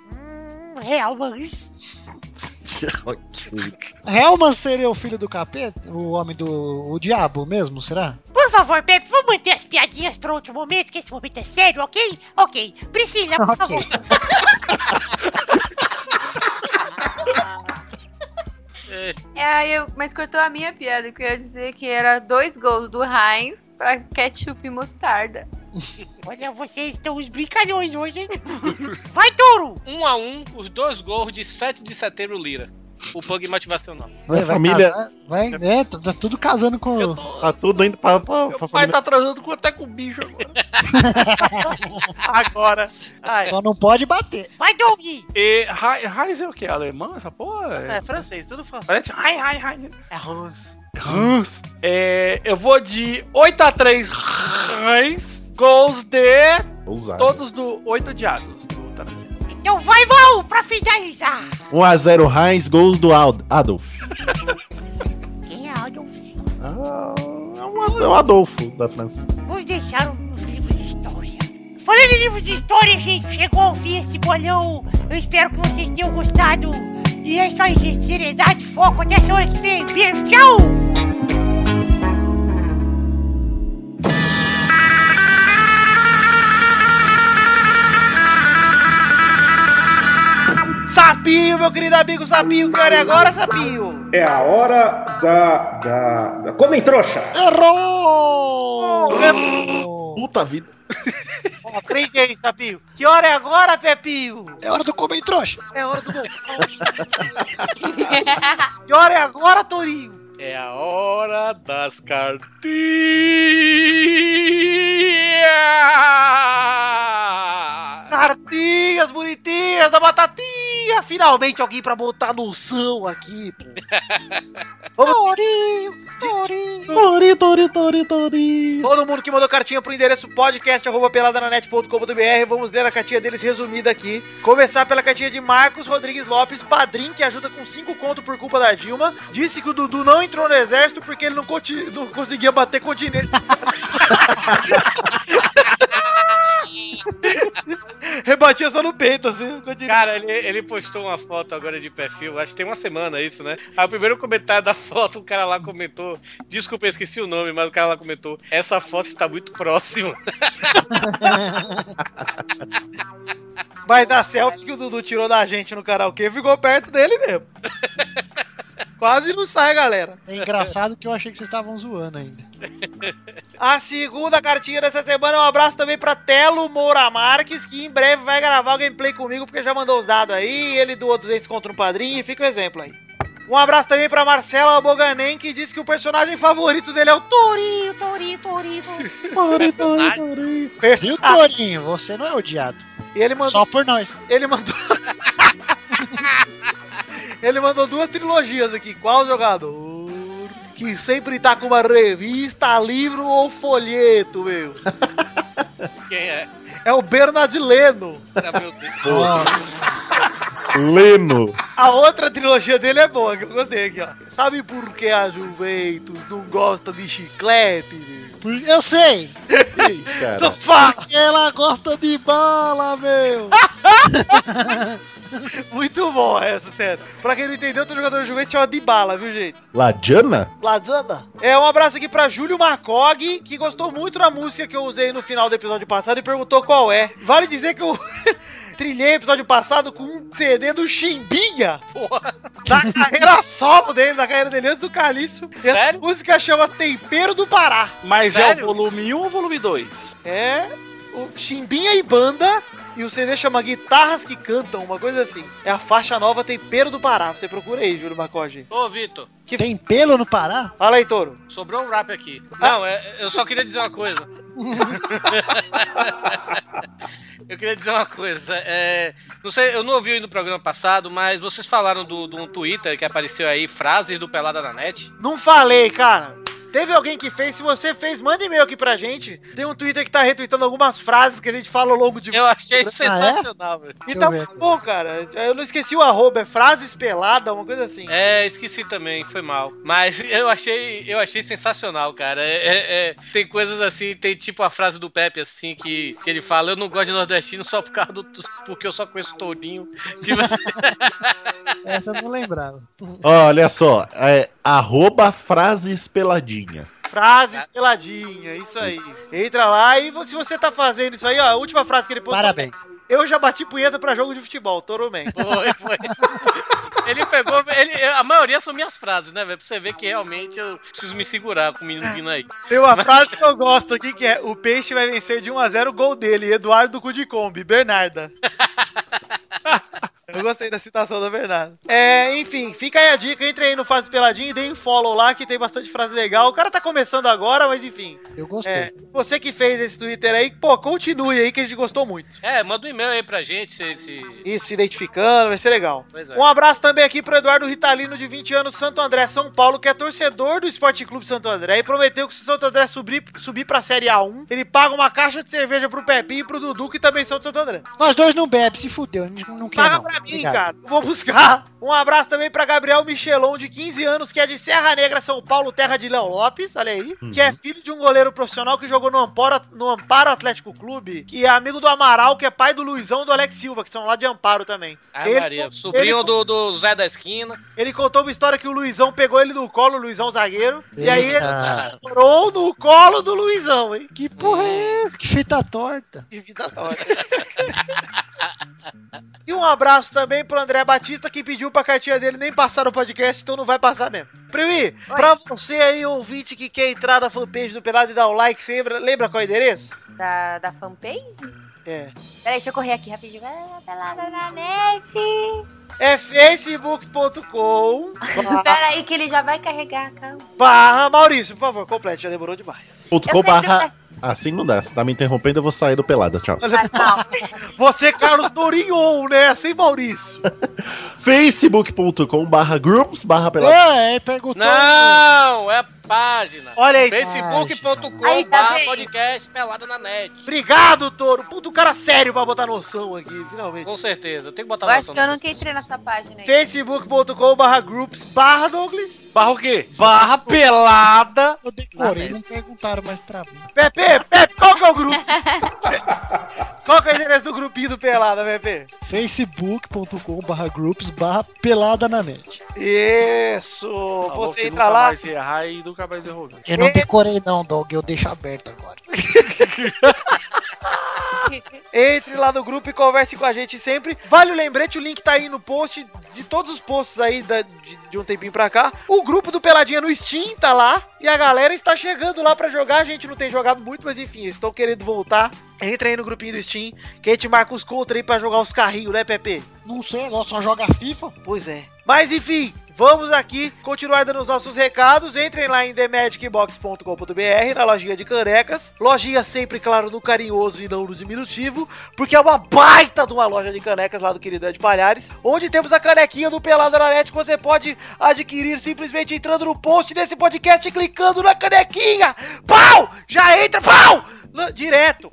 K: Um real, mas...
C: Helman seria o filho do capeta? O homem do. o diabo mesmo, será?
K: Por favor, Pepe, vamos manter as piadinhas para outro momento, que esse momento é sério, ok? Ok. Priscila, por
C: Ok.
K: favor.
L: É, eu, mas cortou a minha piada, que eu ia dizer que era dois gols do Heinz pra ketchup e mostarda.
K: Olha, vocês estão os brincalhões hoje, hein? Vai, Touro!
F: 1 a 1 os dois gols de 7 de setembro Lira. O bug motivacional.
C: Vai, vai
E: família-
C: casar? Vai, é, tá, tá tudo casando com.
E: Tá tudo indo pra, pra, pra
I: Pai
E: família.
I: tá transando com, até com bicho agora. agora. Ai,
C: Só não pode bater.
K: Vai, Doug!
H: E Hei- Heinz é o quê? Alemão, essa porra?
I: É francês, tudo francês.
H: Parece Heinz, Heinz, Heinz.
I: É Hans.
H: Hans. É, eu vou de 8 a 3 Heinz. Gols de
E: Ousado.
H: todos do 8 diabos. do Tarantino.
K: Então vai, Mal, pra finalizar!
E: 1x0 Heinz, gol do Ad- Adolf.
K: Quem é Adolf?
E: Ah, é um Ad- é o Adolfo da França.
K: Vamos deixar os livros de história. Falando em livros de história, gente, chegou ao fim esse bolão. Eu espero que vocês tenham gostado. E é isso aí, gente. Seriedade, foco. Até semana que vem. Beijo, tchau!
I: Sapinho, meu querido amigo Sapinho, que hora é agora, Sapinho?
J: É a hora da. da. da... Comem trouxa!
C: Errou!
E: Puta vida.
I: Aprende aí, Sapinho. Que hora é agora, Pepinho?
C: É hora do comer trouxa.
I: É hora do gol. que hora é agora, Torinho?
F: É a hora das cartinhas!
I: Cartinhas bonitinhas da batatinha. Finalmente alguém pra botar noção aqui, pô.
C: Torinho, Torinho.
E: Tori, tori, tori, tori.
I: Todo mundo que mandou cartinha pro endereço podcast.peladananet.com.br, vamos ler a cartinha deles resumida aqui. Começar pela cartinha de Marcos Rodrigues Lopes, padrinho que ajuda com 5 conto por culpa da Dilma. Disse que o Dudu não entrou no exército porque ele não, conti- não conseguia bater continência. Rebatia só no peito, assim. continência.
F: Cara, ele, ele postou uma foto agora de perfil, acho que tem uma semana isso, né? Aí o primeiro comentário da foto, o cara lá comentou. Desculpa, eu esqueci o nome, mas o cara lá comentou. Essa foto está muito próxima.
I: Mas a selfie que o Dudu tirou da gente no karaokê ficou perto dele mesmo. Quase não sai, galera.
C: É engraçado que eu achei que vocês estavam zoando ainda.
I: A segunda cartinha dessa semana é um abraço também pra Telo Moura Marques, que em breve vai gravar o gameplay comigo, porque já mandou usado aí, ele doou 200 contra um padrinho, e fica o exemplo aí. Um abraço também pra Marcela Boganen, que disse que o personagem favorito dele é o Tori.
K: Torinho, Torinho, Torinho.
C: Tori, Tori, Tori. Viu, Torinho? Você não é odiado.
I: E ele mandou...
C: Só por nós.
I: Ele mandou... ele mandou duas trilogias aqui. Qual jogador que sempre tá com uma revista, livro ou folheto, meu?
F: Quem é?
I: É o Bernardileno.
F: Ah, meu Deus.
E: Leno.
I: A outra trilogia dele é boa, que eu gostei aqui, ó. Sabe por que a Juventus não gosta de chiclete? meu?
C: Por- Eu sei.
E: Ih, cara.
I: Então fala!
C: Ela gosta de bala, meu.
I: Muito bom essa, sério. Pra quem não entendeu, tem um jogador de juventude que se chama Dibala, viu, gente?
E: Ladiana?
I: Lazana. É, um abraço aqui pra Júlio Marcog, que gostou muito da música que eu usei no final do episódio passado e perguntou qual é. Vale dizer que eu trilhei o episódio passado com um CD do Chimbinha. Porra. Da carreira solo dele, da carreira dele antes do Calypso. E essa música chama Tempero do Pará.
H: Mas é o volume 1 ou volume 2?
I: É o Chimbinha e Banda. E o CD chama Guitarras que Cantam, uma coisa assim. É a faixa nova Tempero do Pará. Você procura aí, Júlio Macoge.
F: Ô, Vitor,
C: Tem pelo no Pará?
I: Fala aí, Toro.
F: sobrou um rap aqui. Não, é- eu só queria dizer uma coisa. eu queria dizer uma coisa. é, não sei, eu não ouvi no programa passado, mas vocês falaram do, do um Twitter que apareceu aí, frases do Pelada na Net.
I: Não falei, cara. Teve alguém que fez, se você fez, manda e-mail aqui pra gente. Tem um Twitter que tá retweetando algumas frases que a gente fala ao longo de.
F: Eu achei
I: sensacional,
F: velho.
I: Então, pô, cara, eu não esqueci o arroba, é frases pelada, uma coisa assim.
F: É, esqueci também, foi mal. Mas eu achei, eu achei sensacional, cara. É- é- é, tem coisas assim, tem tipo a frase do Pepe, assim, que, que ele fala, eu não gosto de nordestino só por causa do. porque eu só conheço tourinho. Tipo,
C: Essa eu não lembrava.
E: Olha só, é, arroba frases peladinha.
I: Frases peladinha, isso aí. Entra lá e vo- se você tá fazendo isso aí, ó, a última frase que ele postou.
C: Parabéns.
I: Eu já bati punheta pra jogo de futebol, Toro Man.
F: Foi, foi. Ele pegou. Ele, a maioria são minhas frases, né, velho? Pra você ver que realmente eu preciso me segurar com o menino vindo aí.
I: Tem uma frase que eu gosto aqui que é: O peixe vai vencer de 1x0 o gol dele, Eduardo Cudicombi, Bernarda. Eu gostei da citação da Bernarda. É, enfim, fica aí a dica, entre aí no Fase Peladinho e dê um follow lá que tem bastante frase legal. O cara tá começando agora, mas enfim.
C: Eu gostei.
I: É, você que fez esse Twitter aí, pô, continue aí que a gente gostou muito.
F: É, manda um e-mail aí pra gente se. se-
I: Isso, se identificando, vai ser legal.
F: Pois é.
I: Um abraço também aqui pro Eduardo Ritalino, de 20 anos, Santo André, São Paulo, que é torcedor do Esporte Clube Santo André e prometeu que se o Santo André subir, subir pra Série A1, ele paga uma caixa de cerveja pro Pepinho e pro Dudu, que também são de Santo André.
C: Nós dois não bebe, se fudeu. Não, não quer
I: Paga
C: não.
I: pra mim,
C: Obrigado.
I: cara. Eu Vou buscar. Um abraço também pra Gabriel Michelon, de 15 anos, que é de Serra Negra, São Paulo, terra de Léo Lopes, olha aí.
C: Uhum.
I: Que é filho de um goleiro profissional que jogou no Amparo, no Amparo Atlético Clube, que é amigo do Amaral, que é pai do Luizão e do Alex Silva, que são lá de Amparo também.
F: Ah,
I: Ele-
F: Maria, sobrinho
I: ele-
F: do, do Zé da Esquina.
I: Ele contou uma história que o Luizão pegou ele no colo, o Luizão zagueiro, e aí ele
F: Eita.
I: chorou no colo do Luizão, hein?
C: Ah, Que porra é essa? Que fita torta.
I: Que vida torta. E um abraço também pro André Batista, que pediu pra cartinha dele nem passar no podcast, então não vai passar mesmo. Primi, pra você aí, ouvinte que quer entrar na fanpage do Pelado e dar um like, você lembra, lembra qual é o endereço?
L: Da, da fanpage?
I: É.
L: Peraí, deixa eu correr aqui rapidinho. Ah, Pelada na net.
I: É facebook.com
L: Peraí que ele já vai carregar, calma.
I: barra Maurício, por favor, complete, já demorou demais.
E: Ponto
L: Eu
E: com
L: sempre
E: barra. Assim não dá, você tá me interrompendo, eu vou sair do pelada, tchau.
I: Você, Carlos Dorinho, né? Sem Maurício.
E: facebook.com barra groups barra pelada.
C: É, perguntou.
F: Não, é a página.
I: Olha aí.
L: tá
F: Facebook.com podcast pelada na net.
I: Obrigado, Toro. Puta, um cara sério pra botar noção aqui, finalmente.
F: Com certeza, eu tenho que
L: Eu
F: botar
L: acho
F: noção.
L: que eu nunca entrei nessa página aí.
I: facebook.com barra groups barra Douglas
H: barra o quê? Barra pelada.
C: Eu decorei, não perguntaram mais pra mim.
I: Pepe, Pepe, qual que é o grupo? qual que é o endereço do grupinho do Pelada, Pepe?
C: facebook.com barra groups barra pelada na net.
I: Isso! você entra
H: nunca
I: lá.
H: mais errar e nunca mais errou.
C: Eu não decorei não, Dog, eu deixo aberto agora.
I: Entre lá no grupo e converse com a gente sempre. Vale o lembrete, o link tá aí no post de todos os posts aí da- de, de um tempinho pra cá. O grupo do Peladinha no Steam tá lá e a galera está chegando lá pra jogar. A gente não tem jogado muito, mas enfim, eu estou querendo voltar. Entra aí no grupinho do Steam, que a gente marca os contra aí pra jogar os carrinhos, né, Pepe?
C: Não sei, nós só joga FIFA.
I: Pois é. Mas enfim, vamos aqui continuar dando os nossos recados. Entrem lá em themagicbox.com.br, na lojinha de canecas. Lojinha sempre, claro, no carinhoso e não no diminutivo, porque é uma baita de uma loja de canecas lá do querido Ed Palhares, onde temos a canequinha do Pelada na Net que você pode adquirir simplesmente entrando no post desse podcast e clicando na canequinha. Pau! Já entra, pau! Lan- Direto.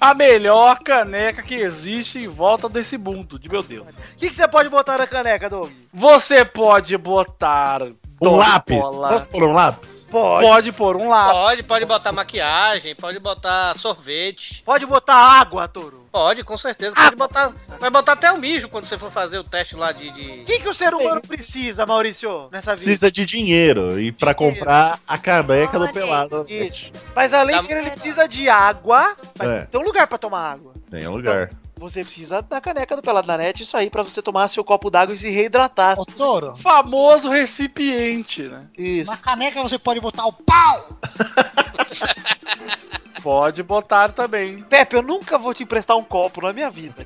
H: A melhor caneca que existe em volta desse mundo, de meu Deus.
I: O que, que você pode botar na caneca, Doug?
H: Você pode botar
E: Um
F: Adoro
E: lápis.
F: bola.
E: Posso pôr um lápis?
I: Pode. Pode pôr um lápis.
F: Pode, pode botar maquiagem, pode botar sorvete.
I: Pode botar água, Toro.
F: Pode, com certeza.
L: Ah,
F: Pode botar, vai botar até o mijo quando você for fazer o teste lá de. de-
I: O que, que o ser humano precisa, Maurício, nessa vida?
E: Precisa de dinheiro e pra comprar a caneca do pelado.
I: Isso. Mas além
F: Tá
I: de que ele precisa de água, mas
E: É.
I: tem um lugar pra tomar água.
E: Tem um lugar.
I: Você precisa da caneca do Pelado na Net, isso aí, pra você tomar seu copo d'água e se reidratar. O
C: touro.
I: Famoso recipiente, né? Isso.
C: Na caneca você pode botar o pau.
I: Pode botar também. Pepe, eu nunca vou te emprestar um copo na minha vida.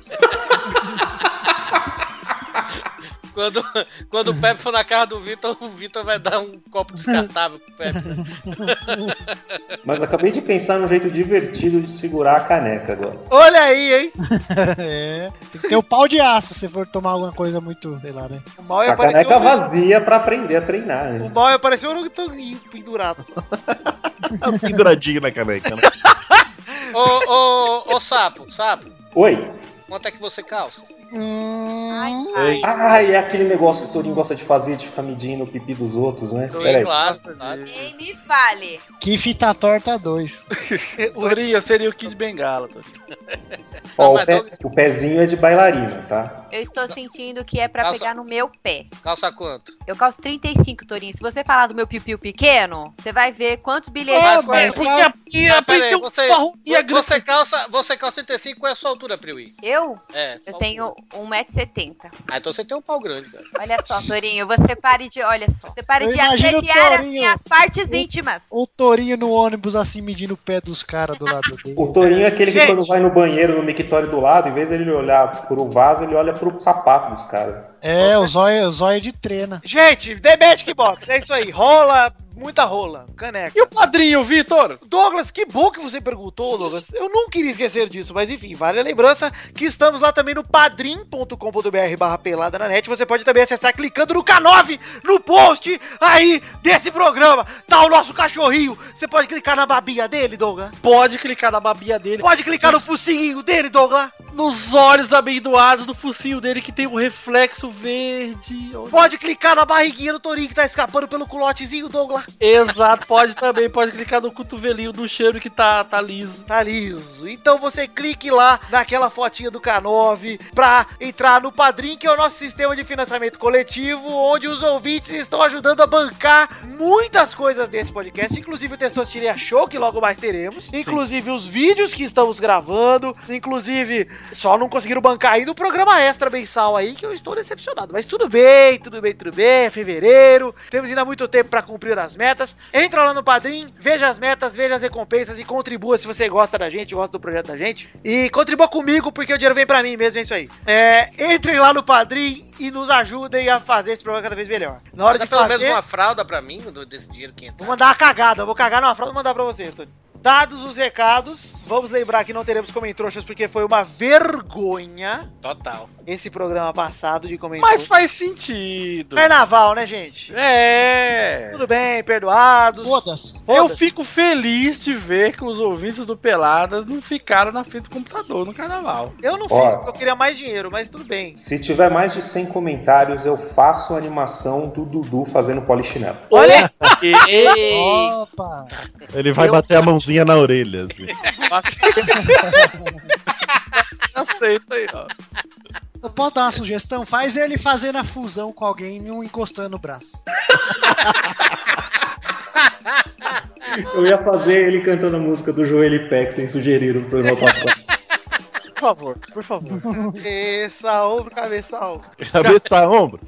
F: Quando, quando o Pepe for na casa do Vitor, o Vitor vai dar um copo descartável pro Pepe.
J: Mas acabei de pensar num jeito divertido de segurar a caneca agora.
I: Olha aí, hein?
C: é. Tem que ter o pau de aço se for tomar alguma coisa muito, sei lá, né?
I: O mal é
J: a
I: aparecer
J: caneca
I: um-
J: vazia pra aprender a treinar.
I: O
J: né?
I: mal é aparecer um orangutangui pendurado.
E: Penduradinho É um na caneca, né?
F: Ô, ô, ô, sapo, sapo,
J: Oi.
F: quanto é que você calça?
J: Ai, é aquele negócio que o Torinho gosta de fazer, de ficar medindo o pipi dos outros, né? Peraí.
F: claro.
L: E me fale.
C: Que fita torta 2.
H: Torinho, seria o Kid Bengala.
I: tá
J: Ó, o, pé- o pezinho é de bailarina, tá?
L: Eu estou sentindo que é pra
F: Calça-
L: pegar no meu pé.
F: Calça quanto?
L: Eu calço 35, Torinho. Se você falar do meu piu-piu pequeno, você vai ver quantos bilhetes...
F: Ah, mas
C: É.
L: Você-
F: tá- Ah, peraí,
L: tem um
F: você,
L: porro e a
F: você, calça, você calça 35, qual é a sua altura, Priui?
L: Eu?
F: É.
L: Eu tenho 1,70m.
F: Ah, então você tem um pau grande, cara.
L: Olha só, Torinho, você pare de. Olha só. Você pare
C: Eu
L: de
C: imagino o
L: assediar assim
C: Torinho.
L: as partes íntimas.
C: O tourinho no ônibus, assim, medindo o pé dos caras do lado dele.
J: O Torinho é aquele
C: Gente.
J: que quando vai no banheiro, no mictório do lado, em vez dele olhar pro vaso, ele olha pro sapato dos caras.
C: É, o zóio, o zóio de trena.
I: Gente, The Magic Box, é isso aí. Rola, muita rola, caneca. E o padrinho, Vitor? Douglas, que bom que você perguntou, Douglas. Eu não queria esquecer disso, mas enfim, vale a lembrança que estamos lá também no padrim.com.br barra pelada na net. Você pode também acessar clicando no K9, no post aí desse programa. Tá o nosso cachorrinho. Você pode clicar na babinha dele, Douglas?
H: Pode clicar na babinha dele.
I: Pode clicar no focinho dele, Douglas.
H: Nos olhos amendoados do focinho dele que tem um reflexo verde.
I: Pode clicar na barriguinha do Torinho que tá escapando pelo culotezinho, Douglas.
H: Exato, pode também. Pode clicar no cotovelinho do cheiro que tá, tá liso.
I: Tá liso. Então você clique lá naquela fotinha do K9 pra entrar no Padrim, que é o nosso sistema de financiamento coletivo, onde os ouvintes estão ajudando a bancar muitas coisas desse podcast, inclusive o Testosteria Show, que logo mais teremos, inclusive os vídeos que estamos gravando, inclusive só não conseguiram bancar ainda o programa extra mensal aí, que eu estou decepcionado. Mas tudo bem, tudo bem, tudo bem, é fevereiro, temos ainda muito tempo pra cumprir as metas. Entra lá no Padrim, veja as metas, veja as recompensas e contribua se você gosta da gente, gosta do projeto da gente. E contribua comigo, porque o dinheiro vem pra mim mesmo, é isso aí. É, entrem lá no Padrim e nos ajudem a fazer esse programa cada vez melhor. Na hora
F: Dá
I: de
F: pelo
I: fazer,
F: menos uma fralda pra mim do- desse dinheiro que entra.
I: vou mandar uma cagada, vou cagar numa fralda e mandar pra você, Antônio. Dados os recados, vamos lembrar que não teremos comentroxas porque foi uma vergonha
F: Total.
I: esse programa passado de comentroxas.
H: Mas faz sentido.
I: Carnaval, né, gente?
H: É.
I: Tudo bem, perdoados.
C: Foda-se.
H: Eu fico feliz de ver que os ouvintes do Peladas não ficaram na frente do computador no carnaval.
I: Eu não
J: Ó.
I: fico, porque eu queria mais dinheiro, mas tudo bem.
J: Se tiver mais de 100 comentários, eu faço a animação do Dudu fazendo polichinelo.
I: Olha!
C: Opa!
E: Ele vai bater a mãozinha na orelha, assim.
H: Aceita tá aí, ó.
C: Eu posso dar uma sugestão? Faz ele fazendo a fusão com alguém e um encostando o braço.
J: Eu ia fazer ele cantando a música do Joel e Peck sem sugerir o programa passado.
I: Por favor, por favor. Cabeça, ombro, cabeça, ombro.
E: Cabeça a ombro.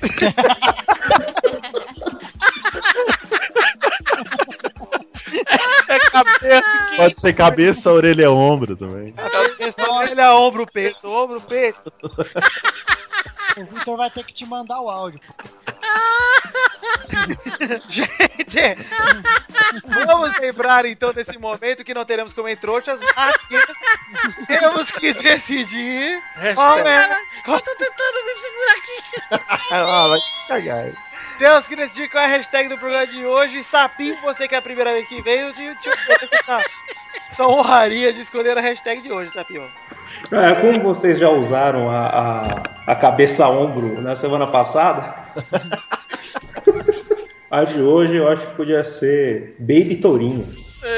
H: É cabeça.
E: Pode ser cabeça, orelha, ombro também.
I: Cabeça, orelha, ombro, peito, ombro, peito.
C: O Vitor vai ter que te mandar o áudio.
I: Gente, vamos lembrar então desse momento que não teremos comentroxas, mas que temos que decidir qual é. Qual...
F: Tô tentando me segurar aqui.
E: Ah, vai cagar.
I: Temos que decidir qual é a hashtag do programa de hoje. Sapinho, você que é a primeira vez que veio, te, te, essa, essa honraria de escolher a hashtag de hoje, Sapinho.
J: Ah, como vocês já usaram a, a, a cabeça a ombro na semana passada, A de hoje eu acho que podia ser Baby Tourinho.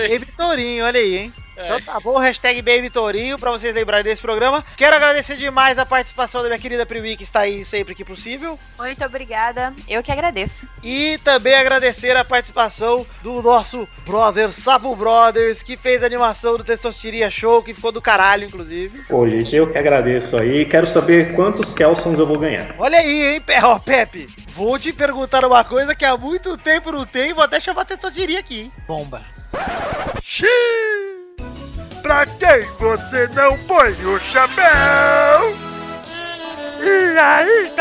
I: Baby Tourinho, olha aí, hein? Então tá bom, hashtag Baby Tourinho, pra vocês lembrarem desse programa. Quero agradecer demais a participação da minha querida Priwi, que está aí sempre que possível.
L: Muito obrigada. Eu que agradeço.
I: E também agradecer a participação do nosso brother Sapo Brothers, que fez a animação do Testosteria Show, que ficou do caralho, inclusive.
J: Pô, gente, eu que agradeço aí. Quero saber quantos Kelsons eu vou ganhar.
I: Olha aí, hein, Pe- ó, Pepe. Vou te perguntar uma coisa que há muito tempo não tem, vou até chamar a Testosteria aqui, hein?
C: Bomba.
M: Pra quem você não põe o chapéu? E aí,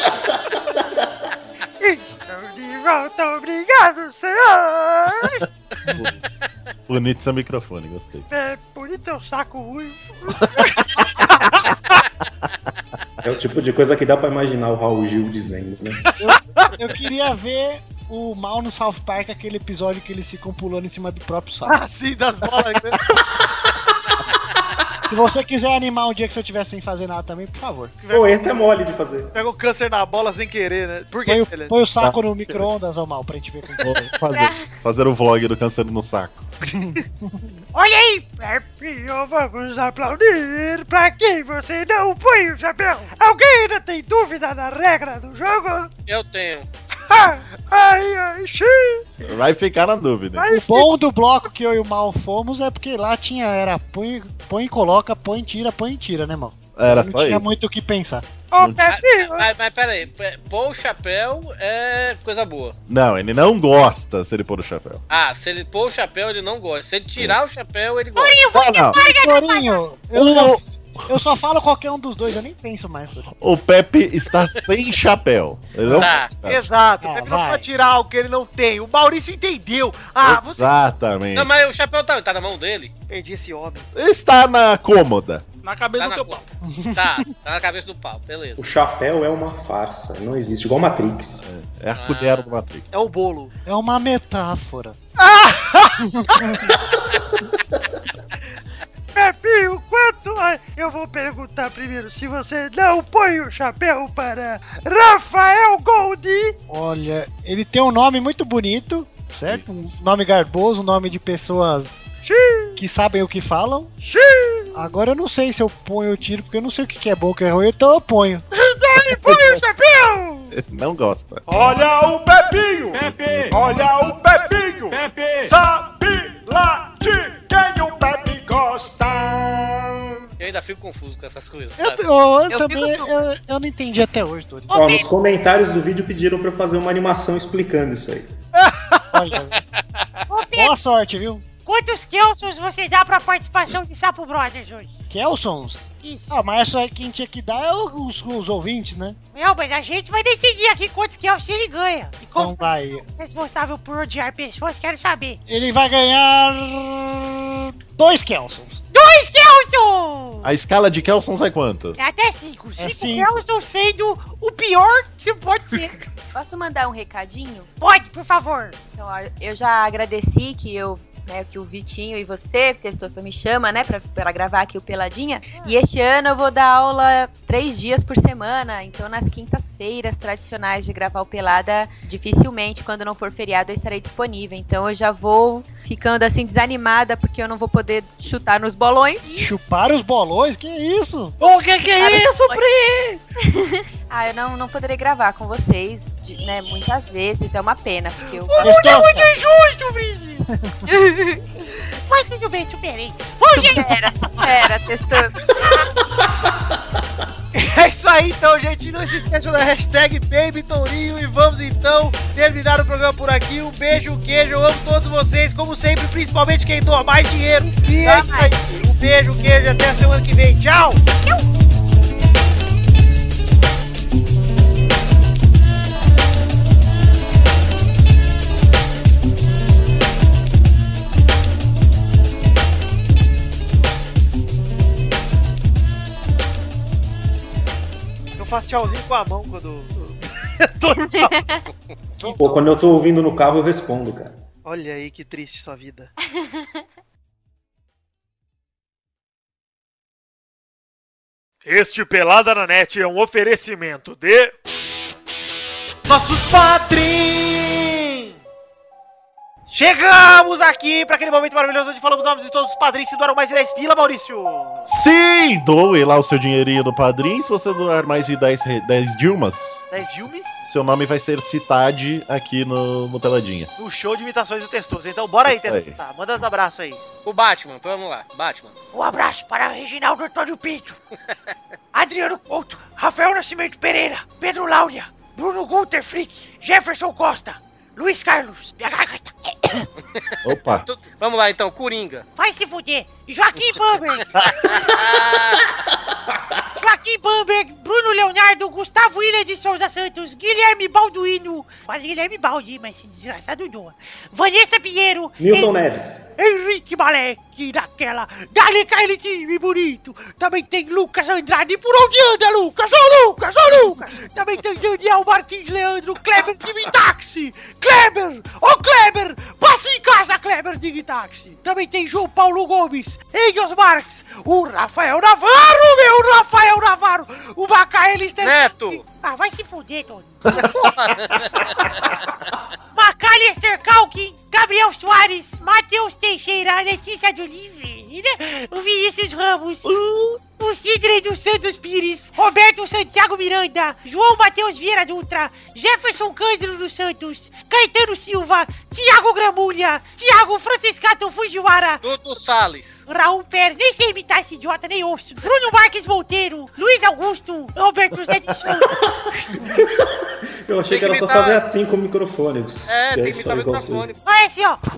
M: Tatinha? Estou Então, de volta, obrigado, senhor!
E: Bonito seu microfone, gostei.
M: É, bonito é um saco ruivo.
J: É o tipo de coisa que dá pra imaginar o Raul Gil dizendo, né?
C: Eu queria ver o mal no South Park, aquele episódio que eles ficam pulando em cima do próprio sapo.
I: Assim, das bolas. né?
C: Se você quiser animar um dia que você estiver sem fazer nada também, por favor.
J: Pô, esse é mole de fazer.
I: Pega o câncer na bola sem querer, né? Por
C: Põe
I: quê?
C: o, põe o saco
E: Tá.
C: no micro-ondas, ô mal, pra gente ver como
E: Vou fazer, fazer o vlog do Câncer no Saco.
M: Olha aí, Pepe, vamos aplaudir pra quem você não põe o chapéu. Alguém ainda tem dúvida da regra do jogo?
F: Eu tenho.
M: Ah, ai, ai, xiii.
E: Vai ficar na dúvida.
C: O é. bom do bloco que eu e o Mal fomos é porque lá tinha, era põe, põe, coloca, põe, tira, põe, tira, né, Mal?
E: Era
C: Não
E: É só
C: tinha
E: isso.
C: muito o que pensar.
M: Ô,
F: Pepe! Ah, Mas, mas peraí, pe- pôr o chapéu é coisa boa.
E: Não, ele não gosta se ele pôr o chapéu.
F: Ah, se ele pôr o chapéu, ele não gosta. Se ele tirar o chapéu, ele gosta.
E: Não, não.
C: Corinho, eu, eu, eu só falo qualquer um dos dois, eu nem penso mais. Tudo.
E: O Pepe está sem chapéu. Ele não
C: Tá.
E: gosta.
I: É. Exato,
C: Ah,
I: Pepe não
C: vai.
I: pode tirar o que ele não tem. O Maurício entendeu. Ah, você
E: Exatamente.
F: Não, mas o chapéu tá, tá na mão dele.
I: perdi esse homem.
E: Está na cômoda.
F: Na cabeça do teu pau. Tá, tá na cabeça do pau, beleza.
J: O chapéu é uma farsa, não existe. Igual Matrix.
E: É a colher do Matrix.
I: É o bolo.
C: É uma metáfora.
M: Pepinho, quanto a- Eu vou perguntar primeiro se você não põe o chapéu para Rafael Goldi.
C: Olha, ele tem um nome muito bonito, certo? Um nome garboso, um nome de pessoas que sabem o que falam. Agora eu não sei se eu ponho ou tiro, porque eu não sei o que que é bom, o que é ruim, então eu ponho.
K: tá.
M: Ele põe o chapéu!
E: Ele Não gosta.
M: Olha o Pepinho! Olha o Pepinho! Sabe lá de quem o Pepe gosta!
F: Eu ainda fico confuso com essas coisas.
C: Eu,
F: sabe?
C: eu- eu também eu, eu não entendi até hoje, Tony.
J: Ó, nos comentários do vídeo pediram pra eu fazer uma animação explicando isso aí.
C: Boa sorte, viu?
K: Quantos Kelsons você dá pra participação de Sapo Brothers hoje?
C: Kelsons? Ah, mas essa aí quem tinha que dar é os, os ouvintes, né?
K: Não, mas a gente vai decidir aqui quantos Kelsons ele ganha. E como
C: Então vai.
K: responsável por odiar pessoas, quero saber.
C: Ele vai ganhar. Dois Kelsons.
K: Dois Kelsons!
E: A escala de Kelson sai quanto?
K: É até cinco.
E: É
K: Cinco,
E: cinco.
K: Kelsons sendo o pior que você pode ser.
L: Posso mandar um recadinho?
K: Pode, por favor.
L: Então, ó, eu já agradeci que eu. Né, que o Vitinho e você, Testoso, me chama, né, pra, pra gravar aqui o Peladinha. E este ano eu vou dar aula três dias por semana. Então, nas quintas-feiras tradicionais de gravar o Pelada, dificilmente, quando não for feriado, eu estarei disponível. Então, eu já vou ficando assim desanimada, porque eu não vou poder chutar nos bolões.
C: Chupar os bolões? Que isso?
K: O que
I: é
K: que
L: Sabe?
K: Pri?
L: Ah, eu não, não poderei gravar com vocês, de- né, muitas vezes. É uma pena, porque eu.
C: Testosta.
K: É muito injusto, Pri. Mas tudo bem, superei. Hoje...
L: Pera, pera, testando.
I: É isso aí então, gente. Não se esqueçam da hashtag Baby Tourinho e vamos então terminar o programa por aqui. Um beijo, um queijo. Eu amo todos vocês, como sempre, principalmente quem doa mais dinheiro. E é isso aí. Um beijo, um queijo. Até a semana que vem. Tchau. Eu faço tchauzinho com a mão quando. eu dou tchau.
J: Pô, quando eu tô ouvindo no carro, eu respondo, cara.
I: Olha aí que triste sua vida.
M: Este Pelada na Net é um oferecimento de.
I: nossos padrinhos! Chegamos aqui para aquele momento maravilhoso onde falamos nomes de todos os padrinhos se doaram mais de 10 pila, Maurício!
E: Sim, doe lá o seu dinheirinho do padrinho. Se você doar mais de 10, re- 10 Dilmas,
I: 10 Dilmes
E: seu nome vai ser citado aqui no, no Peladinha.
I: no um show de imitações do Testoso. Então bora aí,
E: Isso aí.
I: Testoso. Tá, manda uns abraços aí.
F: O Batman, então vamos lá. Batman.
K: Um abraço para Reginaldo Antônio Pinto, Adriano Couto, Rafael Nascimento Pereira, Pedro Laura, Bruno Gunter Frick, Jefferson Costa, Luiz Carlos, minha garganta,
E: Opa.
F: Tu- Vamos lá então, Coringa.
K: vai se fuder, Joaquim Bamberg,
F: Ah,
K: Joaquim Bamberg, Bruno Leonardo, Gustavo William de Souza Santos, Guilherme Balduino, quase Guilherme Baldi, mas esse desgraçado doa, Vanessa Pinheiro,
J: Milton
K: Hen-
J: Neves.
K: Henrique Malek naquela. Dale aquele time bonito. Também tem Lucas Andrade. Por onde anda, Lucas? Ô, Lucas! Ô, Lucas! Também tem Daniel Martins Leandro. Kleber de táxi. Kleber! Ô, Kleber! Passe em casa, Kleber de táxi. Também tem João Paulo Gomes. Engels Marques. O Rafael Navarro, meu Rafael Navarro. O Macaelista...
F: Neto!
K: Ah, vai se fuder, Tony. Macalister Calkin, Gabriel Soares, Matheus Teixeira, a Letícia de Oliveira, o Vinícius Ramos, o Sidney dos Santos Pires, Roberto Santiago Miranda, João Matheus Vieira Dutra, Jefferson Cândido dos Santos, Caetano Silva, Tiago Gramulha, Tiago Franciscato Fujiwara,
F: Dudu Salles.
K: Raul Pérez, nem sei imitar esse idiota, nem ouço. Bruno Marques Monteiro, Luiz Augusto, Alberto Zé de Souza.
J: Eu achei
K: Tem
J: que
K: que
J: era só
K: imitar-
J: fazer assim com o microfone.
K: É, tem que
J: isso
K: imitar
J: aí
K: o
J: com
K: microfone.
J: vocês.
K: Olha esse, ó.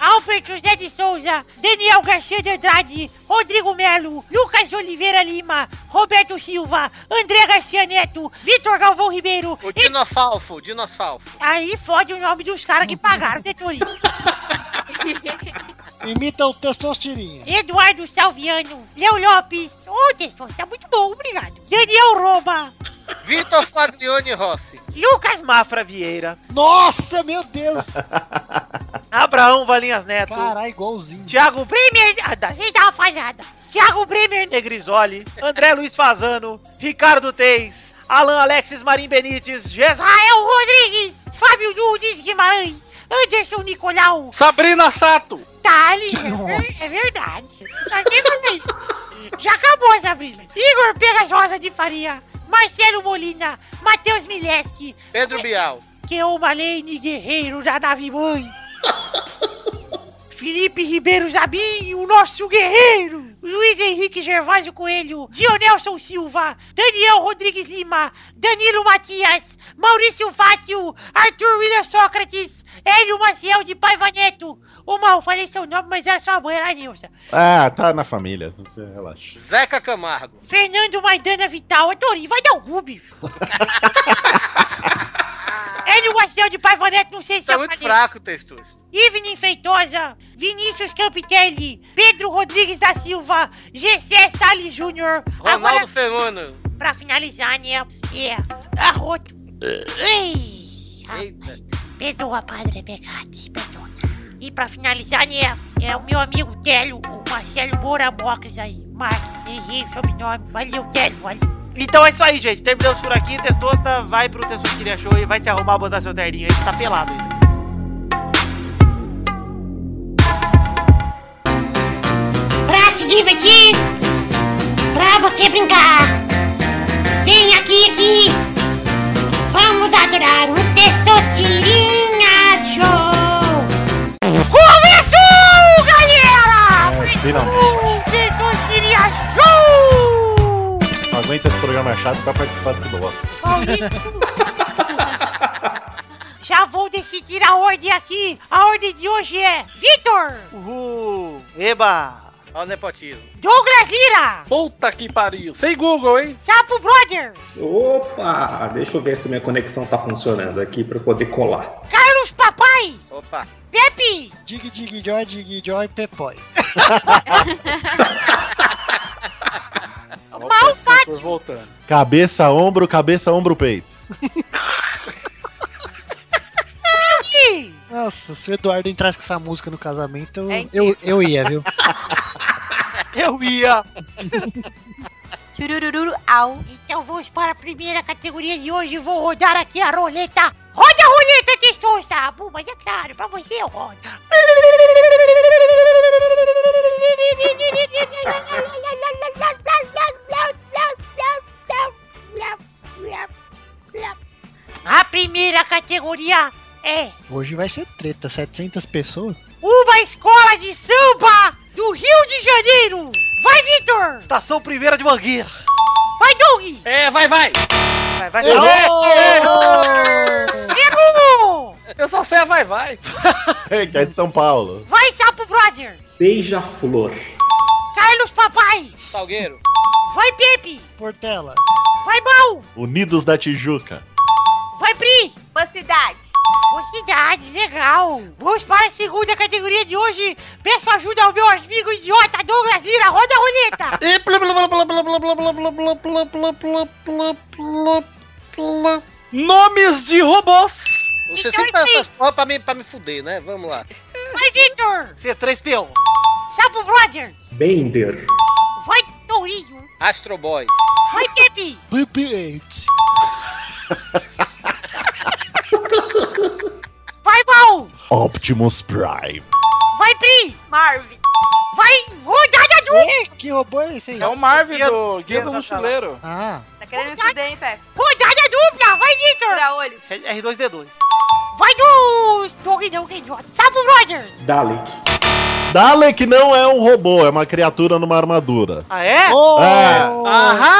K: Alfred José de Souza, Daniel Garcia de Andrade, Rodrigo Melo, Lucas de Oliveira Lima, Roberto Silva, André Garcia Neto, Vitor Galvão Ribeiro.
F: O Dinossalfo, o Dinossalfo.
K: Aí fode o nome dos caras que pagaram, Detone.
C: Imita o Testostirinha.
K: Eduardo Salviano, Léo Lopes. Ô, Detone, tá muito bom, obrigado. Daniel Roma,
F: Vitor Fadrione Rossi.
I: Lucas Mafra Vieira.
C: Nossa, meu Deus!
I: Tá Abraão Valinhas Neto.
C: Caralho, igualzinho.
I: Thiago Bremer. Ah, da- gente dá uma falhada. Thiago Bremer Negrisoli. André Luiz Fazano. Ricardo Teis. Alan Alexis Marim Benites. Jesrael
K: Israel Rodrigues, Fábio Nunes Guimarães, Anderson Nicolau.
F: Sabrina Sato.
K: Tá ali, é ver- é verdade. Só que não tem. Já acabou, Sabrina. Igor Pegas Rosa de Faria, Marcelo Molina, Matheus Mileski, É,
F: Pedro Bial.
K: Keomalene Guerreiro da Nave Mãe. Felipe Ribeiro Zabim, o nosso guerreiro! Luiz Henrique Gervásio Coelho, Dionelson Silva, Daniel Rodrigues Lima, Danilo Matias, Maurício Fátio, Arthur William Sócrates, Hélio Maciel de Paiva Neto. Ô mal, falei seu nome, mas era sua mãe, era a Nilza.
E: Ah, tá na família. Você relaxa.
F: Zeca Camargo.
K: Fernando Maidana Vital, Tori, vai dar o cu, bicho. Hélio Maciel de Paiva Neto, não sei se
F: Tá
K: eu
F: muito
K: falei.
F: fraco o texto.
K: Ivne Feitosa, Vinícius Campitelli, Pedro Rodrigues da Silva, GC Salles Júnior.
F: Ronaldo Fenômeno.
K: pra finalizar, né? É, arroto. Ei,
F: Eita.
K: perdoa, Padre é Begatti, perdoa. E pra finalizar, né? É o meu amigo Télio, o Marcelo Moura Mocres aí. Marcos, errei o sobrenome. Valeu, Télio, valeu.
I: Então é isso aí, gente. Terminamos por aqui. Testosta vai pro Testosteria Show e vai se arrumar, botar seu terninho aí, que tá pelado ainda.
K: Pra se divertir, pra você brincar. Vem aqui, aqui. Vamos adorar o Testosterinha Show. Começou, galera!
E: É, finalmente.
K: O Testosterinha Show!
E: Não aguenta esse programa chato pra participar desse bloco.
K: Já vou decidir a ordem aqui. A ordem de hoje é Vitor,
I: Uhul! Eba!
F: Olha o nepotismo.
K: Douglas Lira,
H: Puta que pariu. Sem Google, hein?
K: Sapo Brother,
J: Opa! Deixa eu ver se minha conexão tá funcionando aqui pra eu poder colar.
K: Carlos Papai,
F: Opa.
K: Pepe,
C: Dig, dig, joy, dig, joy, pepói.
I: Tá
K: Malfat,
H: voltando.
E: Cabeça, ombro, cabeça, ombro, peito.
K: Milky,
C: Nossa, se o Eduardo entrasse com essa música no casamento,
I: É
C: eu, eu, eu ia, viu?
I: Eu ia!
D: Turururu, au.
K: Então vamos para a primeira categoria de hoje. Vou rodar aqui a roleta. Roda a roleta, testosta! Bom, mas é claro, pra você eu rodo. A primeira categoria é
C: Hoje vai ser treta, 700 pessoas.
K: uma escola de samba do Rio de Janeiro. Vai, Vitor!
I: Estação primeira de Mangueira.
K: Vai, Doug!
F: É, vai, vai!
I: Vai, vai,
F: Errou!
I: vai.
K: Errou!
F: Eu só sei a vai, vai.
E: É, que é de São Paulo.
K: Vai, Sapo Brother!
J: Beija-flor.
K: Carlos Papai!
F: Salgueiro.
K: Vai, Pepe!
C: Portela.
K: Vai, Mal!
E: Unidos da Tijuca.
K: Vai, Pri!
D: Boa cidade.
K: Boa cidade, legal! Vamos para a segunda categoria de hoje. Peço ajuda ao meu amigo idiota Douglas Lira. Roda a roleta!
H: E plá, plá, plá, plá, plá, plá, plá, plá, plá, plá, plá, plá, plá, plá, plá. Nomes de robôs.
F: Você
K: um
F: sempre faz essas porra pra me, pra me fuder, né? Vamos lá.
K: Vai, Vitor!
F: C3
I: um.
F: peão.
K: Sapo Brother!
J: Bender.
K: Vai, Tourinho!
F: Astro Boy.
K: Vai, Pepe!
C: BB-8.
K: Vai, Mal!
E: Optimus Prime.
K: Vai, Pri!
D: Marvin!
K: Vai, rodada dupla!
C: Ih, que robô é esse aí?
H: É o Marvin do Guia do Mochileiro.
C: Ah,
D: Tá querendo me fuder, hein, Pepe?
K: Rodada dupla! Vai, Vitor!
D: Pra olho.
I: R2D2.
K: Vai, dos Doug não, que idiota! Sapo Brother!
J: Dalek.
E: Dalek não é um robô, é uma criatura numa armadura.
I: Ah, é?
C: Oh!
E: É.
I: Ahá!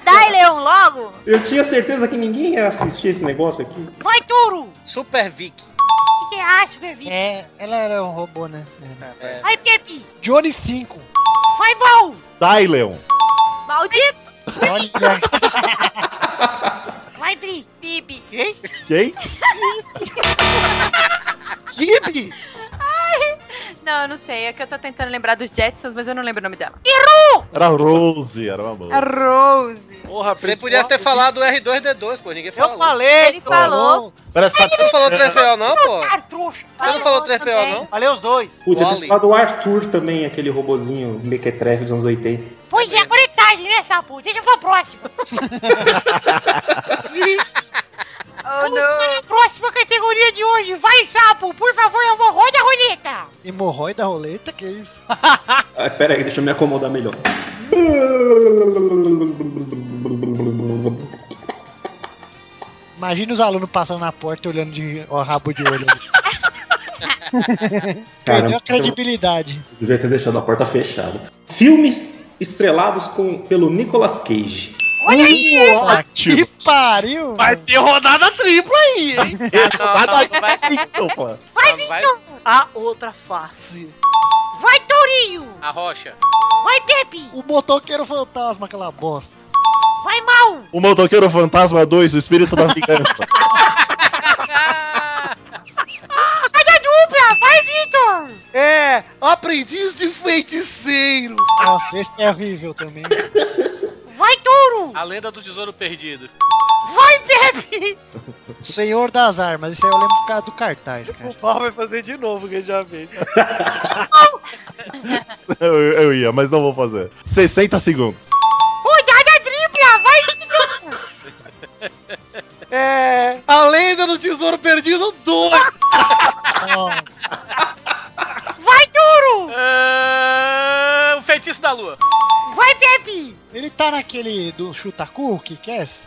D: Para Dylion logo!
J: Eu tinha certeza que ninguém ia assistir esse negócio aqui.
K: Vai, Touro!
F: Super Vic.
K: O que, que acha, Pepe?
C: é, ela era um robô, né? É.
F: É.
K: Vai, Pepe!
C: Johnny 5.
K: Vai, Mal!
E: Dylion.
D: Maldito!
C: Olha,
K: Vai, Pri!
D: Bibi!
I: Quem?
E: Quem?
I: Gibi?
D: Não, eu não sei. É que eu tô tentando lembrar dos Jetsons, mas eu não lembro o nome dela.
E: Era Rose, era uma boa.
F: É
D: A Rose.
H: Porra,
F: Você podia ter falado R2D2, pô. Ninguém falou.
I: Eu falei!
D: Ele falou.
E: Parece que tá
F: Você não falou 3PO, não, pô?
K: Cara, trouxa!
F: Você não falou 3PO,
D: também.
F: não?
I: Falei os dois.
J: Putz, eu
F: Wally.
J: tenho falado o Arthur também, aquele robozinho mequetrefe dos anos 80.
F: Tá
K: Pois é, agora é tarde, né, Sapo? Deixa pra próxima!
D: Oh,
K: Vamos
D: não.
K: para a próxima categoria de hoje! Vai, Sapo! Por favor, eu vou roda a roleta!
C: hemorroida roleta, que isso?
J: Ah, pera aí, deixa eu me acomodar melhor.
C: Imagina os alunos passando na porta e olhando de ó, rabo de olho. ali.
J: Cara,
C: Perdeu a credibilidade.
J: eu devia ter deixado a porta fechada. Filmes estrelados com, pelo Nicolas Cage.
K: Olha aí!
C: Puta que pariu!
H: Vai
C: mano.
H: ter rodada tripla aí, hein?
E: Opa.
K: Vai,
H: Ah, vai.
K: Vitor!
I: A outra face.
K: Vai, Tourinho!
F: A Rocha.
K: Vai, Pepe!
C: O motoqueiro fantasma, aquela bosta.
K: Vai, Mal!
E: O Motoqueiro Fantasma 2, o Espírito da Vingança.
K: Roda dupla! Vai, Vitor!
I: É, aprendiz de feiticeiro.
C: Nossa, esse é horrível também.
K: Vai, Touro!
F: A lenda do tesouro perdido.
K: Vai, Pepe!
C: O Senhor das Armas, esse aí eu lembro por causa do cartaz, cara.
I: O mal vai fazer de novo o que ele já fez.
E: eu, eu ia, mas não vou fazer. 60 segundos.
K: Rodada tripla! Vai, Vitor!
I: É, a lenda do tesouro perdido 2.
C: Nossa,
K: Vai, Touro!
F: Ah, o feitiço da lua.
K: Vai, Pepe!
C: ele tá naquele do chutacu, que que é? esse?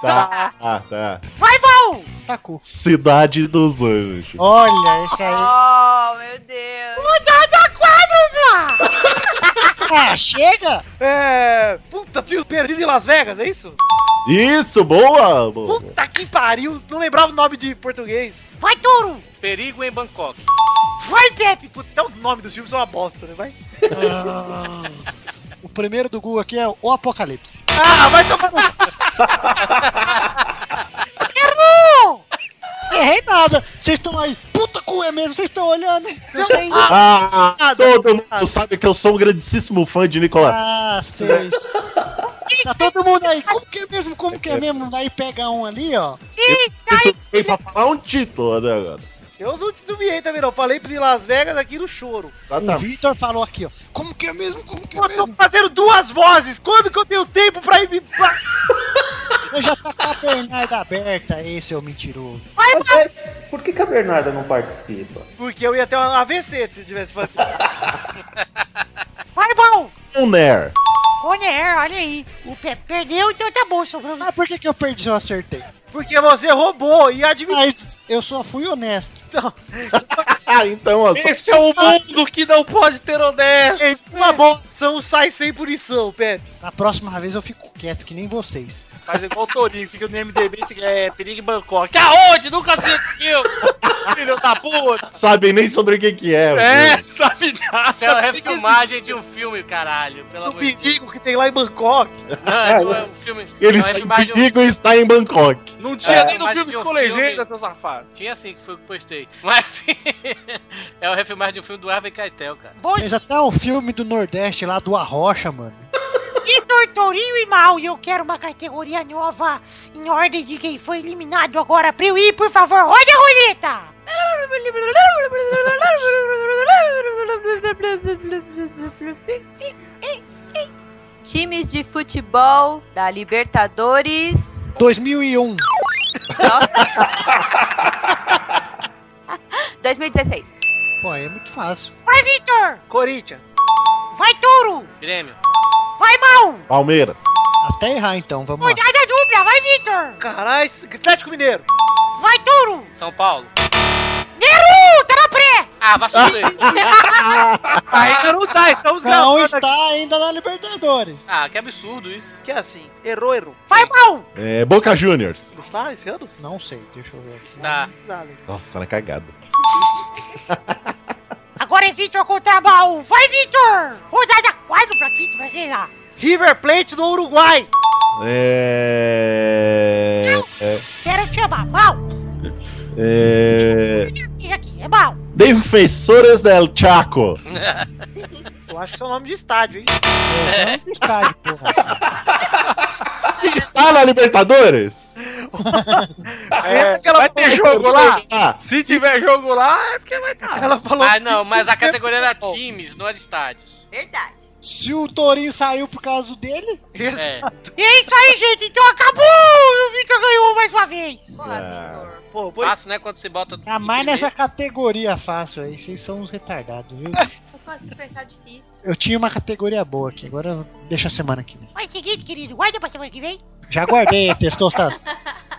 E: Tá, tá, tá.
K: Vai, Mal!
C: Tacu.
E: Cidade dos Anjos.
C: Olha, esse aí.
D: Oh, meu Deus.
K: Rodada quádrupla!
C: Ah, chega!
I: É, puta, tesouro perdido em Las Vegas, é isso?
E: Isso, boa! boa.
I: Puta que pariu, não lembrava o nome de português.
K: Vai, Touro!
F: Perigo em Bangkok.
I: Vai, Pepe! Puta, até os nomes dos filmes são uma bosta, né? Vai.
C: Ah, o primeiro do Google aqui é o Apocalipse.
I: Ah, vai tomar no
K: Errou!
C: Errei nada! Vocês estão aí, puta cu é mesmo, vocês estão olhando. Eu sei.
E: Ah, todo mundo sabe que eu sou um grandíssimo fã de Nicolas.
C: Ah, seis. Tá todo mundo aí, como que é mesmo, como que é mesmo? Daí pega um ali, ó.
E: eu tentei pra falar um título até agora.
I: Eu não titubeei também, não. Falei pra ir em Las Vegas aqui no choro.
E: Ah, tá.
C: O Victor falou aqui, ó. Como que é mesmo? Como que é
I: Eu tô fazendo duas vozes. Quando que eu tenho tempo pra ir me.
C: Eu já tô com a pernada aberta aí, seu mentiroso.
J: Mas por que, que a Bernarda não participa?
I: Porque eu ia ter um AVC se tivesse feito. Vai, bom!
E: Um Nair.
K: Conner, olha aí. O Pepe perdeu, então tá bom, sobrou.
C: Mas por que, que eu perdi se eu acertei?
I: Porque você roubou e admitiu.
C: Mas eu só fui honesto.
I: Então,
E: então ó, só-
I: Esse é o mundo que não pode ter honesto. Uma boa ação um sai sem punição, Pepe.
C: Na próxima vez eu fico quieto, que nem vocês.
H: Faz igual o Torinho, fica no MDB, fica, é, perigo em Bangkok. Aonde? Nunca sentiu! Filho da puta!
E: sabem nem sobre o que que é.
H: É,
E: meu.
H: sabe nada! Isso é uma refilmagem de um filme, caralho, pelo
I: O
H: amor de Deus.
I: perigo que tem lá em Bangkok.
H: Não, é do- é um filme.
E: Ele
H: não, é
E: está em
H: imagem de um-
E: perigo e está em Bangkok.
H: Não
I: tinha nem no
H: mas
I: filme
H: tinha um
I: com legenda,
H: filme-
I: seu safado.
H: Tinha sim, que foi o que postei. Mas sim, é o refilmagem de um filme do Harvey Keitel, cara.
C: Fez até um filme do Nordeste lá, do Arrocha, mano.
K: Que tortorinho é e mal, e eu quero uma categoria nova em ordem de quem foi eliminado agora pra eu ir, por favor, roda a roleta!
D: Times de futebol da Libertadores.
C: 2001.
D: 2016.
C: Pô, aí é muito fácil.
K: Vai, Victor!
I: Corinthians.
K: Vai, Touro!
H: Grêmio.
K: Vai, mal!
E: Palmeiras.
C: Até errar então, vamos lá.
K: Rodada dupla, vai, Victor!
I: Caralho, Atlético Mineiro.
K: Vai, Touro!
H: São Paulo.
K: Neru, tá na pré!
H: Ah, vai fazer.
I: Ainda não tá, estamos
C: Não está ainda na Libertadores.
H: Ah, que absurdo isso.
I: Que é assim, errou, errou.
K: Vai, mal!
E: É, Boca Juniors.
I: Não está esse ano?
C: Não sei, deixa eu ver aqui.
H: Tá.
I: Nada.
E: Nossa, na cagada.
K: Agora é Victor contra mal, vai, Victor! Rodada quadrupla aqui, vai sei lá.
I: River Plate do Uruguai.
E: É. é-
K: Quero te chamar, mal!
E: É.
K: Isso aqui, é mal!
E: Defensores del Chaco.
I: Eu acho que isso é o nome de estádio, hein?
C: É, só no estádio, porra.
E: Está na Libertadores?
I: Entra aquela
H: É. vai ter
I: porra.
H: jogo lá?
E: Ah,
I: Se tiver jogo lá, é porque vai estar. Ela falou.
H: Ah, não, mas a categoria era times, não era estádios.
D: Verdade.
C: Se o Torinho saiu por causa dele,
H: É.
K: E é isso aí, gente, então acabou! O Victor ganhou mais uma vez!
I: Pô, pois...
H: Fácil, né? Quando você bota.
C: tá mais nessa categoria fácil aí. Vocês são uns retardados, viu?
D: Eu consigo pensar difícil.
C: Eu tinha uma categoria boa aqui, agora eu- deixa a semana que vem.
K: Mas seguinte, querido, guarda pra semana que vem.
C: Já guardei, Testostas.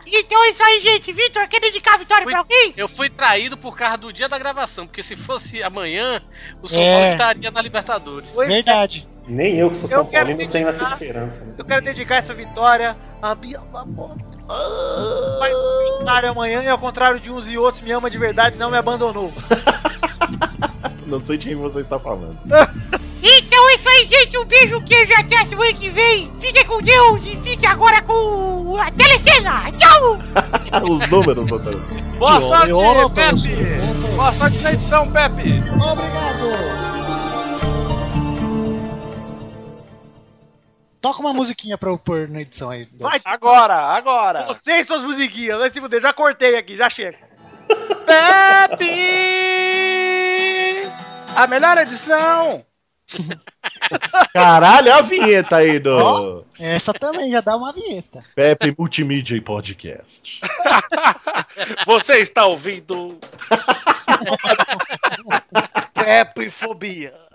K: Então é isso aí, gente. Vitor, quer dedicar a vitória pra alguém?
H: Eu fui traído por causa do dia da gravação, porque se fosse amanhã, o São
C: É.
H: Paulo estaria na Libertadores.
C: Verdade.
J: Nem eu que sou
I: Eu
J: São
I: quero
J: Paulino tenho essa
I: dedicar-
J: esperança. né?
I: Eu quero dedicar essa vitória a Bia Labora. Vai pro aniversário amanhã e ao contrário de uns e outros, me ama de verdade e não me abandonou.
E: não sei de quem você está falando.
K: Então é isso aí, gente. Um beijo, queijo e até a semana que vem. Fique com Deus e fique agora com a telecena. Tchau!
E: Ah, Os números, doutor.
H: Boa sorte,
C: Olha,
H: Pepe! Boa sorte na edição, Pepe!
C: Obrigado! Toca uma musiquinha pra eu pôr na edição aí.
I: Vai,
H: Agora, agora!
I: Você e suas musiquinhas, vai se fuder. Já cortei aqui, já chega.
H: Pepe!
I: A melhor edição!
E: Caralho, olha a vinheta aí do
C: Essa também já dá uma vinheta.
E: Pepe Multimídia e Podcast.
H: Você está ouvindo?
I: Pepifobia.